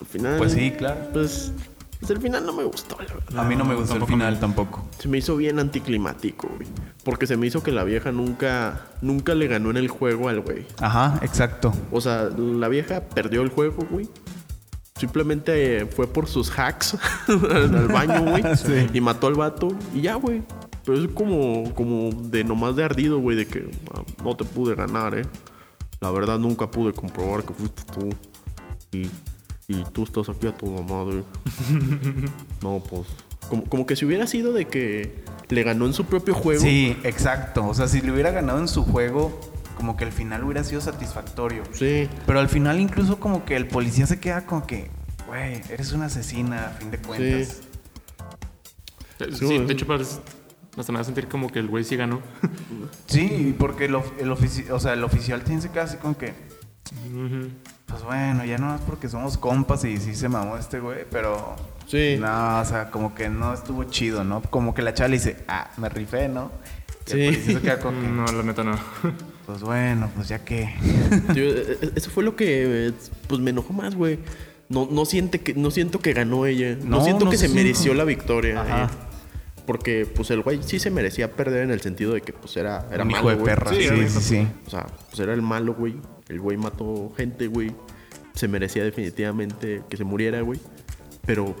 S4: El final.
S1: Pues sí, claro.
S4: Pues, pues el final no me gustó, la verdad.
S1: A mí no me gustó el final tampoco.
S4: Se me hizo bien anticlimático, güey. Porque se me hizo que la vieja nunca, nunca le ganó en el juego al güey.
S1: Ajá, exacto.
S4: O sea, la vieja perdió el juego, güey. Simplemente eh, fue por sus hacks al al baño, güey.
S1: Sí.
S4: Y mató al vato. Y ya, güey. Pero es como, como de nomás de ardido, güey. De que "Ah, no te pude ganar, eh. La verdad nunca pude comprobar que fuiste tú. Y, y tú estás aquí a tu madre. no, pues. Como, como que si hubiera sido de que le ganó en su propio juego.
S1: Sí, exacto. O sea, si le hubiera ganado en su juego, como que el final hubiera sido satisfactorio.
S4: Sí.
S1: Pero al final incluso como que el policía se queda como que, güey, eres una asesina a fin de cuentas.
S4: Sí.
S7: Eh, Sí, de hecho, parece- hasta me va a sentir como que el güey sí ganó.
S1: Sí, porque el, of- el, ofici- o sea, el oficial tiene que así con que. Pues bueno, ya no es porque somos compas y sí se mamó este güey, pero.
S4: Sí.
S1: No, o sea, como que no estuvo chido, ¿no? Como que la chava le dice, ah, me rifé, ¿no? Y el
S4: Sí.
S1: policía se queda con que,
S7: No, la neta no.
S1: Pues bueno, pues ya que.
S4: Tío, e- e- eso fue lo que eh, pues me enojó más, güey. No, no, siente que, no siento que ganó ella. No,
S1: No,
S4: siento
S1: no
S4: que se
S1: sé.
S4: mereció la victoria.
S1: Ajá.
S4: ella. Porque, pues, el güey sí se merecía perder en el sentido de que, pues, era, era
S1: un
S4: malo,
S1: hijo de
S4: güey.
S1: perra.
S7: Sí,
S1: Sí,
S7: era
S1: sí, sí.
S7: un
S4: O sea, pues era el malo, güey. El güey mató gente, güey. Se merecía definitivamente que se muriera, güey. Pero,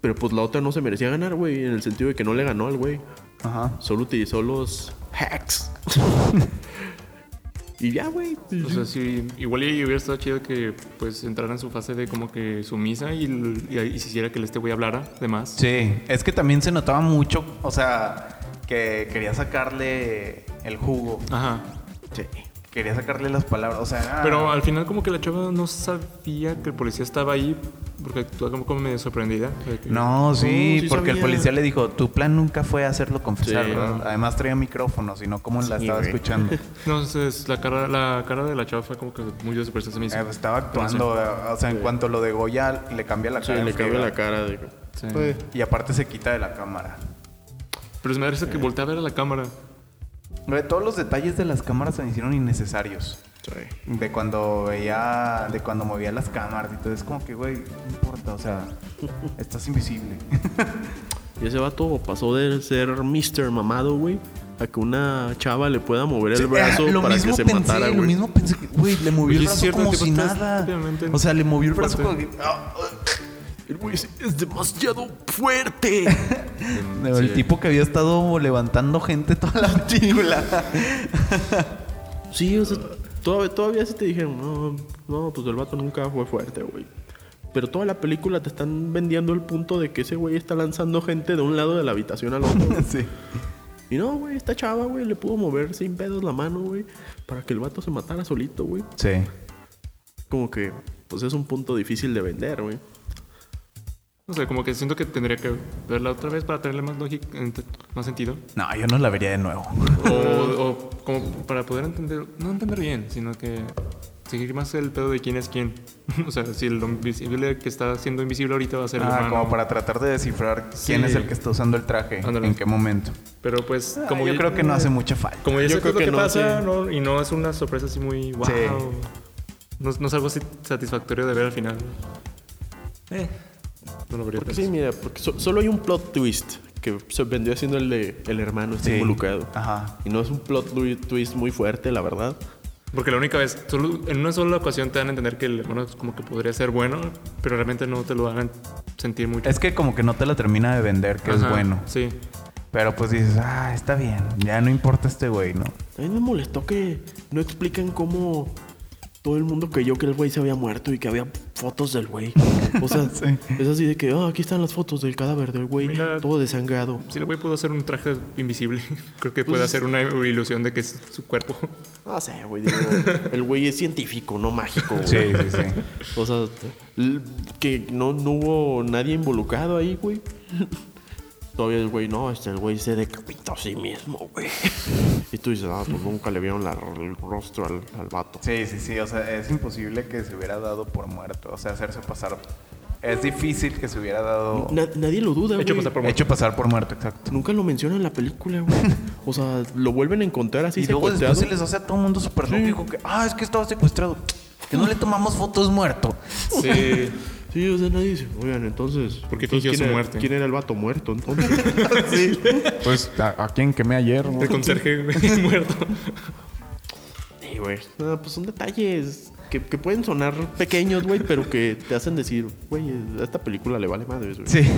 S4: pero pues la otra no se merecía ganar, güey. En el sentido de que no le ganó al güey.
S1: Ajá.
S4: Solo utilizó los hacks. y ya, güey.
S7: O sea, sí, igual y hubiera estado chido que pues entrara en su fase de como que sumisa y, y, y se hiciera que este güey hablara de más.
S1: Sí, es que también se notaba mucho, o sea, que quería sacarle el jugo,
S7: Ajá.
S4: Sí.
S1: quería sacarle las palabras, o sea. ah,
S7: Pero al final como que la chava no sabía que el policía estaba ahí porque actuaba como, como medio sorprendida. O sea, que-
S1: No, sí,
S4: No, sí
S1: porque el
S4: sabía.
S1: policía le dijo, tu plan nunca fue hacerlo confesar,
S4: Sí.
S1: ¿verdad? Además traía micrófono, sino como la
S4: Sí,
S1: estaba
S4: güey.
S1: escuchando. Eh,
S7: Entonces la cara, la cara de la chava fue como que muy de sorpresa se me hizo.
S1: pues, estaba actuando, o sea, en cuanto lo degolla, le cambia la
S4: Sí,
S1: cara. en
S4: le cambió
S1: friega.
S4: la cara de...
S7: Sí.
S4: Pues,
S1: Y aparte se quita de la cámara.
S7: Pero se me parece que
S1: Eh.
S7: voltea a ver a la cámara.
S1: Güey, Todos los detalles de las cámaras se me hicieron innecesarios.
S4: sí.
S1: De cuando veía, de cuando movía las cámaras y todo, es como que, güey, no importa, o sea, estás invisible.
S4: Y ese vato pasó de ser Mr. Mamado, güey, a que una chava le pueda mover el brazo
S1: Ah, lo
S4: para que
S1: mismo
S4: se
S1: pensé,
S4: matara,
S1: Lo
S4: güey.
S1: mismo pensé, que, güey, le movió
S7: Oye,
S1: el
S7: es
S1: brazo
S7: cierto,
S1: como
S7: el tipo
S1: si
S7: está
S1: nada.
S7: estúpidamente-
S1: O sea, le movió el brazo como
S7: Fuerte.
S1: que... ah, ah.
S4: El güey es- es demasiado fuerte.
S1: El tipo que había estado levantando gente toda la película.
S4: sí, o sea, todavía, todavía sí te dijeron, no, no, pues el vato nunca fue fuerte, güey. Pero toda la película te están vendiendo el punto de que ese güey está lanzando gente de un lado de la habitación al otro. güey.
S1: sí.
S4: y no, güey, esta chava, güey, le pudo mover sin pedos la mano, güey, para que el vato se matara solito, güey.
S1: Sí.
S4: como que pues es un punto difícil de vender, güey.
S7: O sea, como que siento que tendría que verla otra vez para tenerle más lógica, ent- más sentido.
S1: No, yo no la vería de nuevo.
S7: O, o como para poder entender, no entender bien, sino que seguir más el pedo de quién es quién. o sea, si el invisible que está siendo invisible ahorita va a ser el
S1: Ah,
S7: humano.
S1: como para tratar de descifrar quién
S7: Sí.
S1: es el que está usando el traje,
S7: Ándale.
S1: en qué momento.
S7: Pero pues,
S1: Como
S7: como
S1: Ah, yo
S7: ya-
S1: creo que no hace mucha falta.
S7: Como
S4: Yo
S7: ya sé qué
S4: creo
S7: es lo
S4: que
S7: que,
S4: no,
S7: pasa,
S4: sí.
S7: ¿no? y no es una sorpresa así muy wow.
S1: Sí.
S7: No, no es algo así satisfactorio de ver al final. Eh, no lo vería.
S4: Porque
S7: tanto.
S4: sí, mira, porque so- solo hay un plot twist que se vendió siendo el de el hermano está
S1: Sí.
S4: involucrado.
S1: Ajá.
S4: Y no es un plot twi- twist muy fuerte, la verdad.
S7: Porque la única vez, solo- en una sola ocasión te dan a entender que el hermano es como que podría ser bueno, pero realmente no te lo dan a sentir mucho.
S1: Es que como que no te la termina de vender, que es
S7: Ajá,
S1: bueno.
S7: Sí.
S1: Pero pues dices, ah, está bien, ya no importa este güey, ¿no?
S4: A mí me molestó que no explican cómo todo el mundo creyó que el güey se había muerto y que había fotos del güey. O sea,
S1: Sí.
S4: es así de que, ah, aquí están las fotos del cadáver del güey,
S7: Mira.
S4: todo desangrado.
S7: Si el güey pudo hacer un traje invisible, creo que puede hacer una ilusión de que es su cuerpo.
S4: No sé, güey, digo, el güey es científico, no mágico. güey.
S1: Sí, sí, sí.
S4: O sea, l- que no, no hubo nadie involucrado ahí, güey. Todavía el güey, no, este, el güey se decapitó a sí mismo, güey. Y tú dices, ah, pues nunca le vieron la- el rostro al, al vato.
S1: Sí, sí, sí, o sea, es imposible que se hubiera dado por muerto, o sea, hacerse pasar... Es difícil que se hubiera dado...
S4: Na- nadie lo duda, güey.
S7: Hecho pues, pasar por muerto.
S1: Hecho pasar por muerto, exacto.
S4: Nunca lo mencionan en la película, güey. O sea, lo vuelven a encontrar así
S1: y luego
S4: secuestrado.
S1: después se les hace a todo el mundo súper lógico que, ah, es que estaba secuestrado, que no le tomamos fotos muerto.
S7: Sí.
S4: Sí, o sea, nadie dice, oigan, entonces...
S7: ¿Por qué
S4: entonces,
S7: fingió
S4: ¿quién
S7: su
S4: era-
S7: muerte?
S4: ¿Quién era el vato muerto, entonces?
S1: Pues, ¿a, quién quemé ayer?
S7: El conserje güey, muerto.
S4: Sí, güey. No, pues son detalles que, que pueden sonar pequeños, güey, pero que te hacen decir, güey, a esta película le vale madres, güey.
S1: Sí,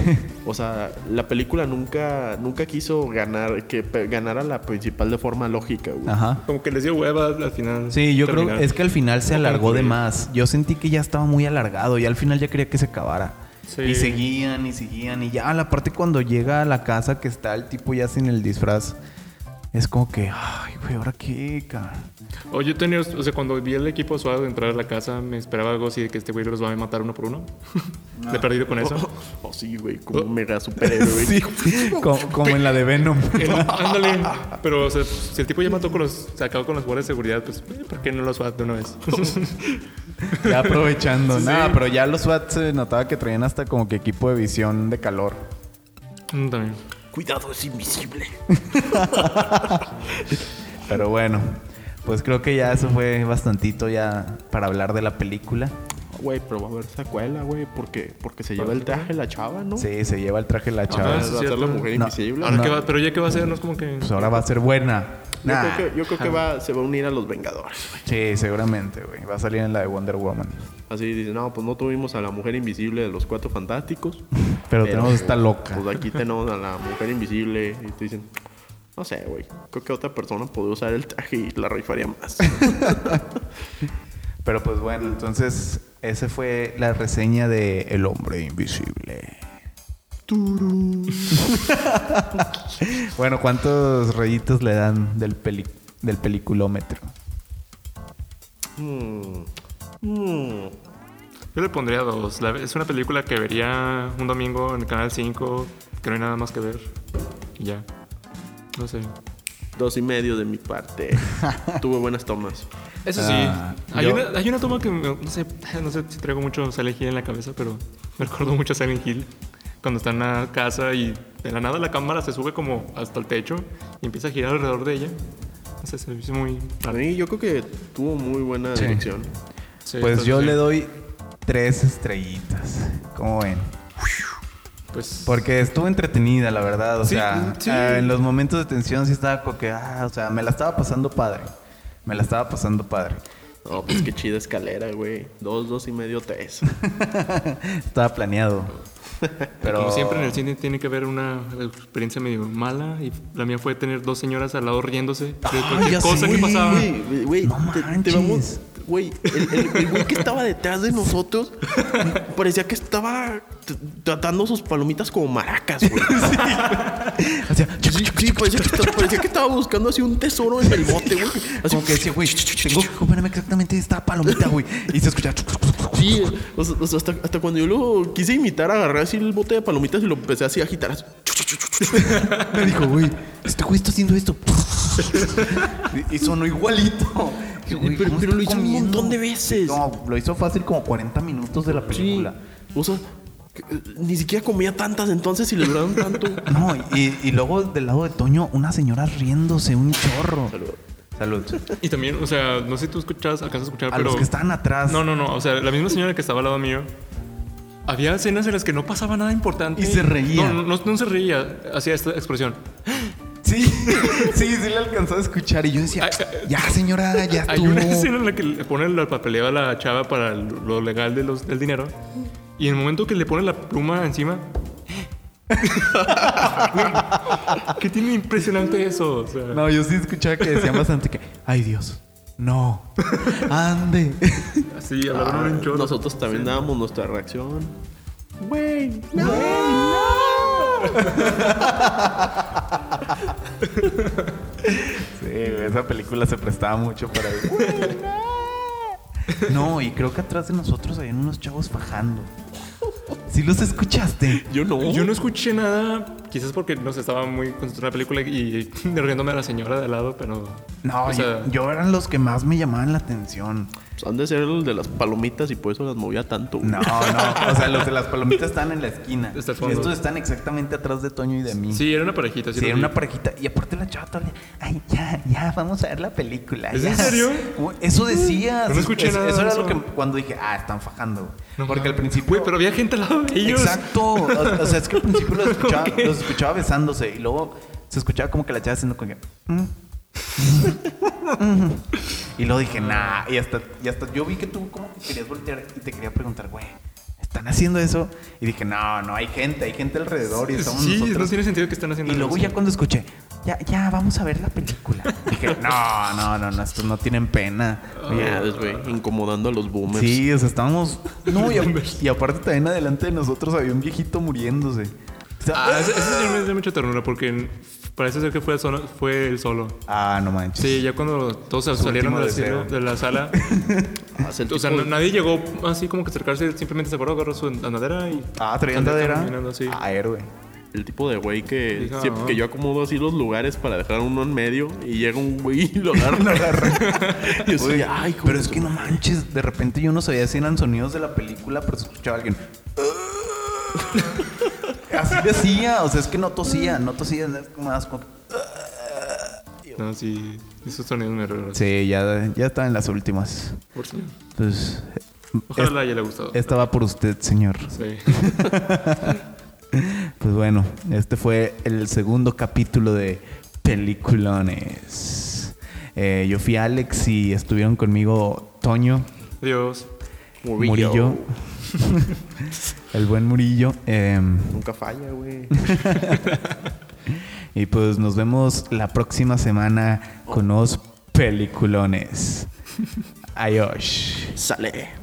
S4: O sea, la película nunca, nunca quiso ganar, que pe- ganara la principal de forma lógica, güey.
S1: ajá.
S7: Como que les dio hueva al final.
S1: Sí, yo creo
S7: terminar.
S1: es que al final se
S7: No
S1: alargó de
S7: concluir.
S1: más. Yo sentí que ya estaba muy alargado y al final ya quería que se acabara.
S7: Sí.
S1: Y seguían y seguían y ya la parte cuando llega a la casa que está el tipo ya sin el disfraz es como que, ay, güey, ahora qué, cabrón.
S7: O yo tenía, o sea, cuando vi el equipo suave entrar a la casa, me esperaba algo así de que este güey los va a matar uno por uno. De perdido con eso.
S4: Oh, sí, güey, como un mega superhéroe, güey.
S1: Sí, como, como en la de Venom.
S7: El- ándale. Pero, o sea, si el tipo ya mató con los, se acabó con los guardias de seguridad, pues, eh, ¿por qué no los va de una vez?
S1: Ya aprovechando. Nada, pero ya los SWAT se notaba que traían hasta como que equipo de visión de calor.
S7: Mm, También.
S4: Cuidado, es invisible.
S1: Pero bueno, pues creo que ya eso fue bastantito ya para hablar de la película.
S4: Güey, pero va a haber secuela, güey, porque, porque se lleva el traje la chava, ¿no?
S1: Sí, se lleva el traje la
S4: Va
S1: chava.
S4: a
S7: Ah, sí,
S4: ser
S7: cierto.
S4: la mujer
S1: No.
S4: invisible.
S7: Ahora
S1: No.
S7: qué va, pero ya que va a ser, no es como que.
S1: Pues ahora va a ser buena.
S4: Yo,
S1: Nah.
S4: creo que, yo creo que va, se va a unir a los Vengadores.
S1: Sí, seguramente, güey. Va a salir en la de Wonder Woman.
S4: Así dice, no, pues no tuvimos a la mujer invisible de los cuatro fantásticos.
S1: Pero tenemos esta loca.
S4: Pues aquí tenemos a la mujer invisible. Y te dicen, no sé, güey. Creo que otra persona podría usar el traje y la rifaría más.
S1: Pero pues bueno, entonces esa fue la reseña de El hombre invisible. bueno, ¿cuántos rayitos le dan del, peli- del peliculómetro?
S4: Mm. Mm.
S7: Yo le pondría dos. La- es una película que vería un domingo en el canal 5, que no hay nada más que ver. Y ya. No sé.
S4: Dos y medio de mi parte. Tuve buenas tomas.
S7: Eso sí.
S1: Ah,
S7: hay,
S1: yo-
S7: una, hay una toma que me- no sé, no sé si traigo mucho Silent Hill en la cabeza, pero me recuerdo mucho a Silent Hill. Cuando está en la casa y de la nada la cámara se sube como hasta el techo y empieza a girar alrededor de ella. No sé, se me hizo muy...
S4: Para mí, yo creo que tuvo muy buena
S1: Sí.
S4: dirección.
S7: sí,
S1: pues
S7: entonces,
S1: yo
S7: sí.
S1: le doy tres estrellitas. ¿Cómo ven?
S7: Pues,
S1: Porque estuvo entretenida, la verdad. O
S7: Sí,
S1: sea,
S7: sí.
S1: eh, en los momentos de tensión sí estaba como que, ah, o sea, me la estaba pasando padre. Me la estaba pasando padre.
S4: No, pues qué chida escalera, güey. Dos, dos y medio, tres.
S1: Estaba planeado. Pero
S7: Como siempre en el cine tiene que haber una experiencia medio mala y la mía fue tener dos señoras al lado riéndose de
S2: Ah.
S1: ya
S7: cualquier
S1: sé,
S7: cosa que pasaba.
S4: Güey, güey, güey,
S1: No
S4: te- te
S1: manches.
S4: vamos- Güey, el- el el güey que estaba detrás de nosotros parecía que estaba t- tratando sus palomitas como maracas, güey.
S1: Hacía,
S4: Sí, sí, parecía, que, esta- parecía que estaba buscando así un tesoro en el bote, güey. Así
S1: Como que decía, güey, tengo que comerme exactamente esta palomita, güey. Y se escucha.
S4: Sí, o sea, o sea, hasta, hasta cuando yo lo quise imitar, agarré así el bote de palomitas y lo empecé así a agitar. así.
S1: Me dijo, güey, este güey está haciendo esto. Y- Y sonó igualito. Dije, güey,
S4: Pero-
S1: ¿cómo
S4: pero
S1: está
S4: lo hizo un
S1: comiendo?
S4: montón de veces.
S1: No, lo hizo fácil como 40 minutos de la película.
S4: O sea, que, eh, ni siquiera comía tantas entonces y le duraron tanto.
S1: No, y, y luego del lado de Toño, una señora riéndose, un chorro.
S4: Salud.
S1: Salud.
S7: Y también, o sea, no sé si tú escuchas, alcanzas a escuchar,
S1: A
S7: pero...
S1: los que estaban atrás.
S7: No, no, no. O sea, la misma señora que estaba al lado mío. Había escenas en las que no pasaba nada importante.
S1: Y se reía.
S7: No, no, no, no se reía. Hacía esta expresión.
S1: Sí, sí, sí le alcanzó a escuchar. Y yo decía,
S7: Ay, ay,
S1: ya señora, ya
S7: Hay una
S1: estuvo.
S7: escena en la que le ponen la papeleo a la chava para lo legal de los, del dinero. Y en el momento que le pone la pluma encima. ¿Qué tiene de impresionante eso? O sea,
S1: No, yo sí escuchaba que decían bastante que, ay Dios, no, ande.
S7: así,
S4: Ah,
S7: hablaron un chorro.
S4: nosotros también dábamos nuestra reacción.
S1: Sí, güey, esa película se prestaba mucho para eso. No, y creo que atrás de nosotros habían unos chavos fajando. ¿Sí los escuchaste?
S4: Yo no.
S7: Yo no escuché nada, quizás porque no sé, estaba muy concentrado en la película y y riéndome a la señora de al lado, pero.
S1: No,
S7: o sea,
S1: yo, yo eran los que más me llamaban la atención.
S4: Pues han de ser los de las palomitas y por eso las movía tanto. güey.
S1: No, no, o sea, los de las palomitas están en la esquina.
S7: Está al
S1: y
S7: fondo.
S1: estos están exactamente atrás de Toño y de mí.
S7: Sí, era una parejita.
S1: Sí,
S7: lo
S1: era
S7: vi.
S1: una parejita. Y aparte la chava todavía, ay, ya, ya, vamos a ver la película.
S7: ¿Es
S1: ya".
S7: en serio?
S1: Uy, Eso decía.
S7: Pero no escuché
S1: eso,
S7: nada
S1: Eso
S7: de
S1: era
S7: eso.
S1: lo que cuando dije, ah, están fajando. güey".
S7: No
S1: Porque al
S7: mames.
S1: principio...
S7: Güey, pero había gente al lado de ellos.
S1: Exacto. O, o sea, es que al principio los escuchaba,
S7: ¿Cómo que?
S1: los escuchaba besándose y luego se escuchaba como que la chava haciendo como que... "Mm". y luego dije, nah, y hasta, y hasta yo vi que tú como que querías voltear y te quería preguntar, güey. ¿Están haciendo eso? Y dije, no, no, hay gente, hay gente alrededor y estamos
S7: Sí,
S1: nosotros.
S7: no tiene sentido que están haciendo
S1: Y luego
S7: eso.
S1: ya cuando escuché, ya, ya, vamos a ver la película. Dije, no, no, no, no, estos no tienen pena.
S4: Ya ves, güey, incomodando a los boomers.
S1: Sí, o sea, estábamos... No, y, a- y aparte también adelante de nosotros había un viejito muriéndose. O sea,
S7: Ah, ese, ese señor me dio mucha ternura porque parece ser que fue el solo. Fue el solo.
S1: ah, no manches.
S7: Sí, ya cuando todos se
S1: Su
S7: salieron
S1: último
S7: del asilo-
S1: deseo.
S7: de la sala,
S4: Hace el
S7: o sea,
S4: tipo-
S7: no- nadie llegó así como que acercarse, simplemente se paró, agarró su andadera y.
S1: Ah, traía
S7: Andaba
S1: andadera.
S7: caminando así.
S1: Ah, héroe.
S4: El tipo de güey que
S7: Dijo,
S4: siempre
S7: "Ah".
S4: que yo acomodo así los lugares para dejar uno en medio y llega un güey y lo agarra. y yo soy,
S1: Oye,
S4: ay, hijo
S1: pero
S4: de
S1: es
S4: su
S1: que no
S4: madre".
S1: manches, de repente yo no sabía si eran sonidos de la película, pero se escuchaba alguien. Así decía, o sea, es que no tosía, no tosía, es como más como que-
S7: No, sí, esos sonidos me regresan.
S1: Sí, ya, ya estaba en las últimas.
S7: Por señor.
S1: Entonces,
S7: Ojalá le haya gustado.
S1: Pues, esta va por usted, señor.
S7: Sí.
S1: Pues bueno, este fue el segundo capítulo de Peliculones. Eh, yo fui Alex y estuvieron conmigo Toño,
S7: Adiós.
S4: Murillo.
S1: Murillo. el buen Murillo. em,
S4: Nunca falla, güey.
S1: y pues nos vemos la próxima semana con los peliculones. Ayosh.
S4: Sale.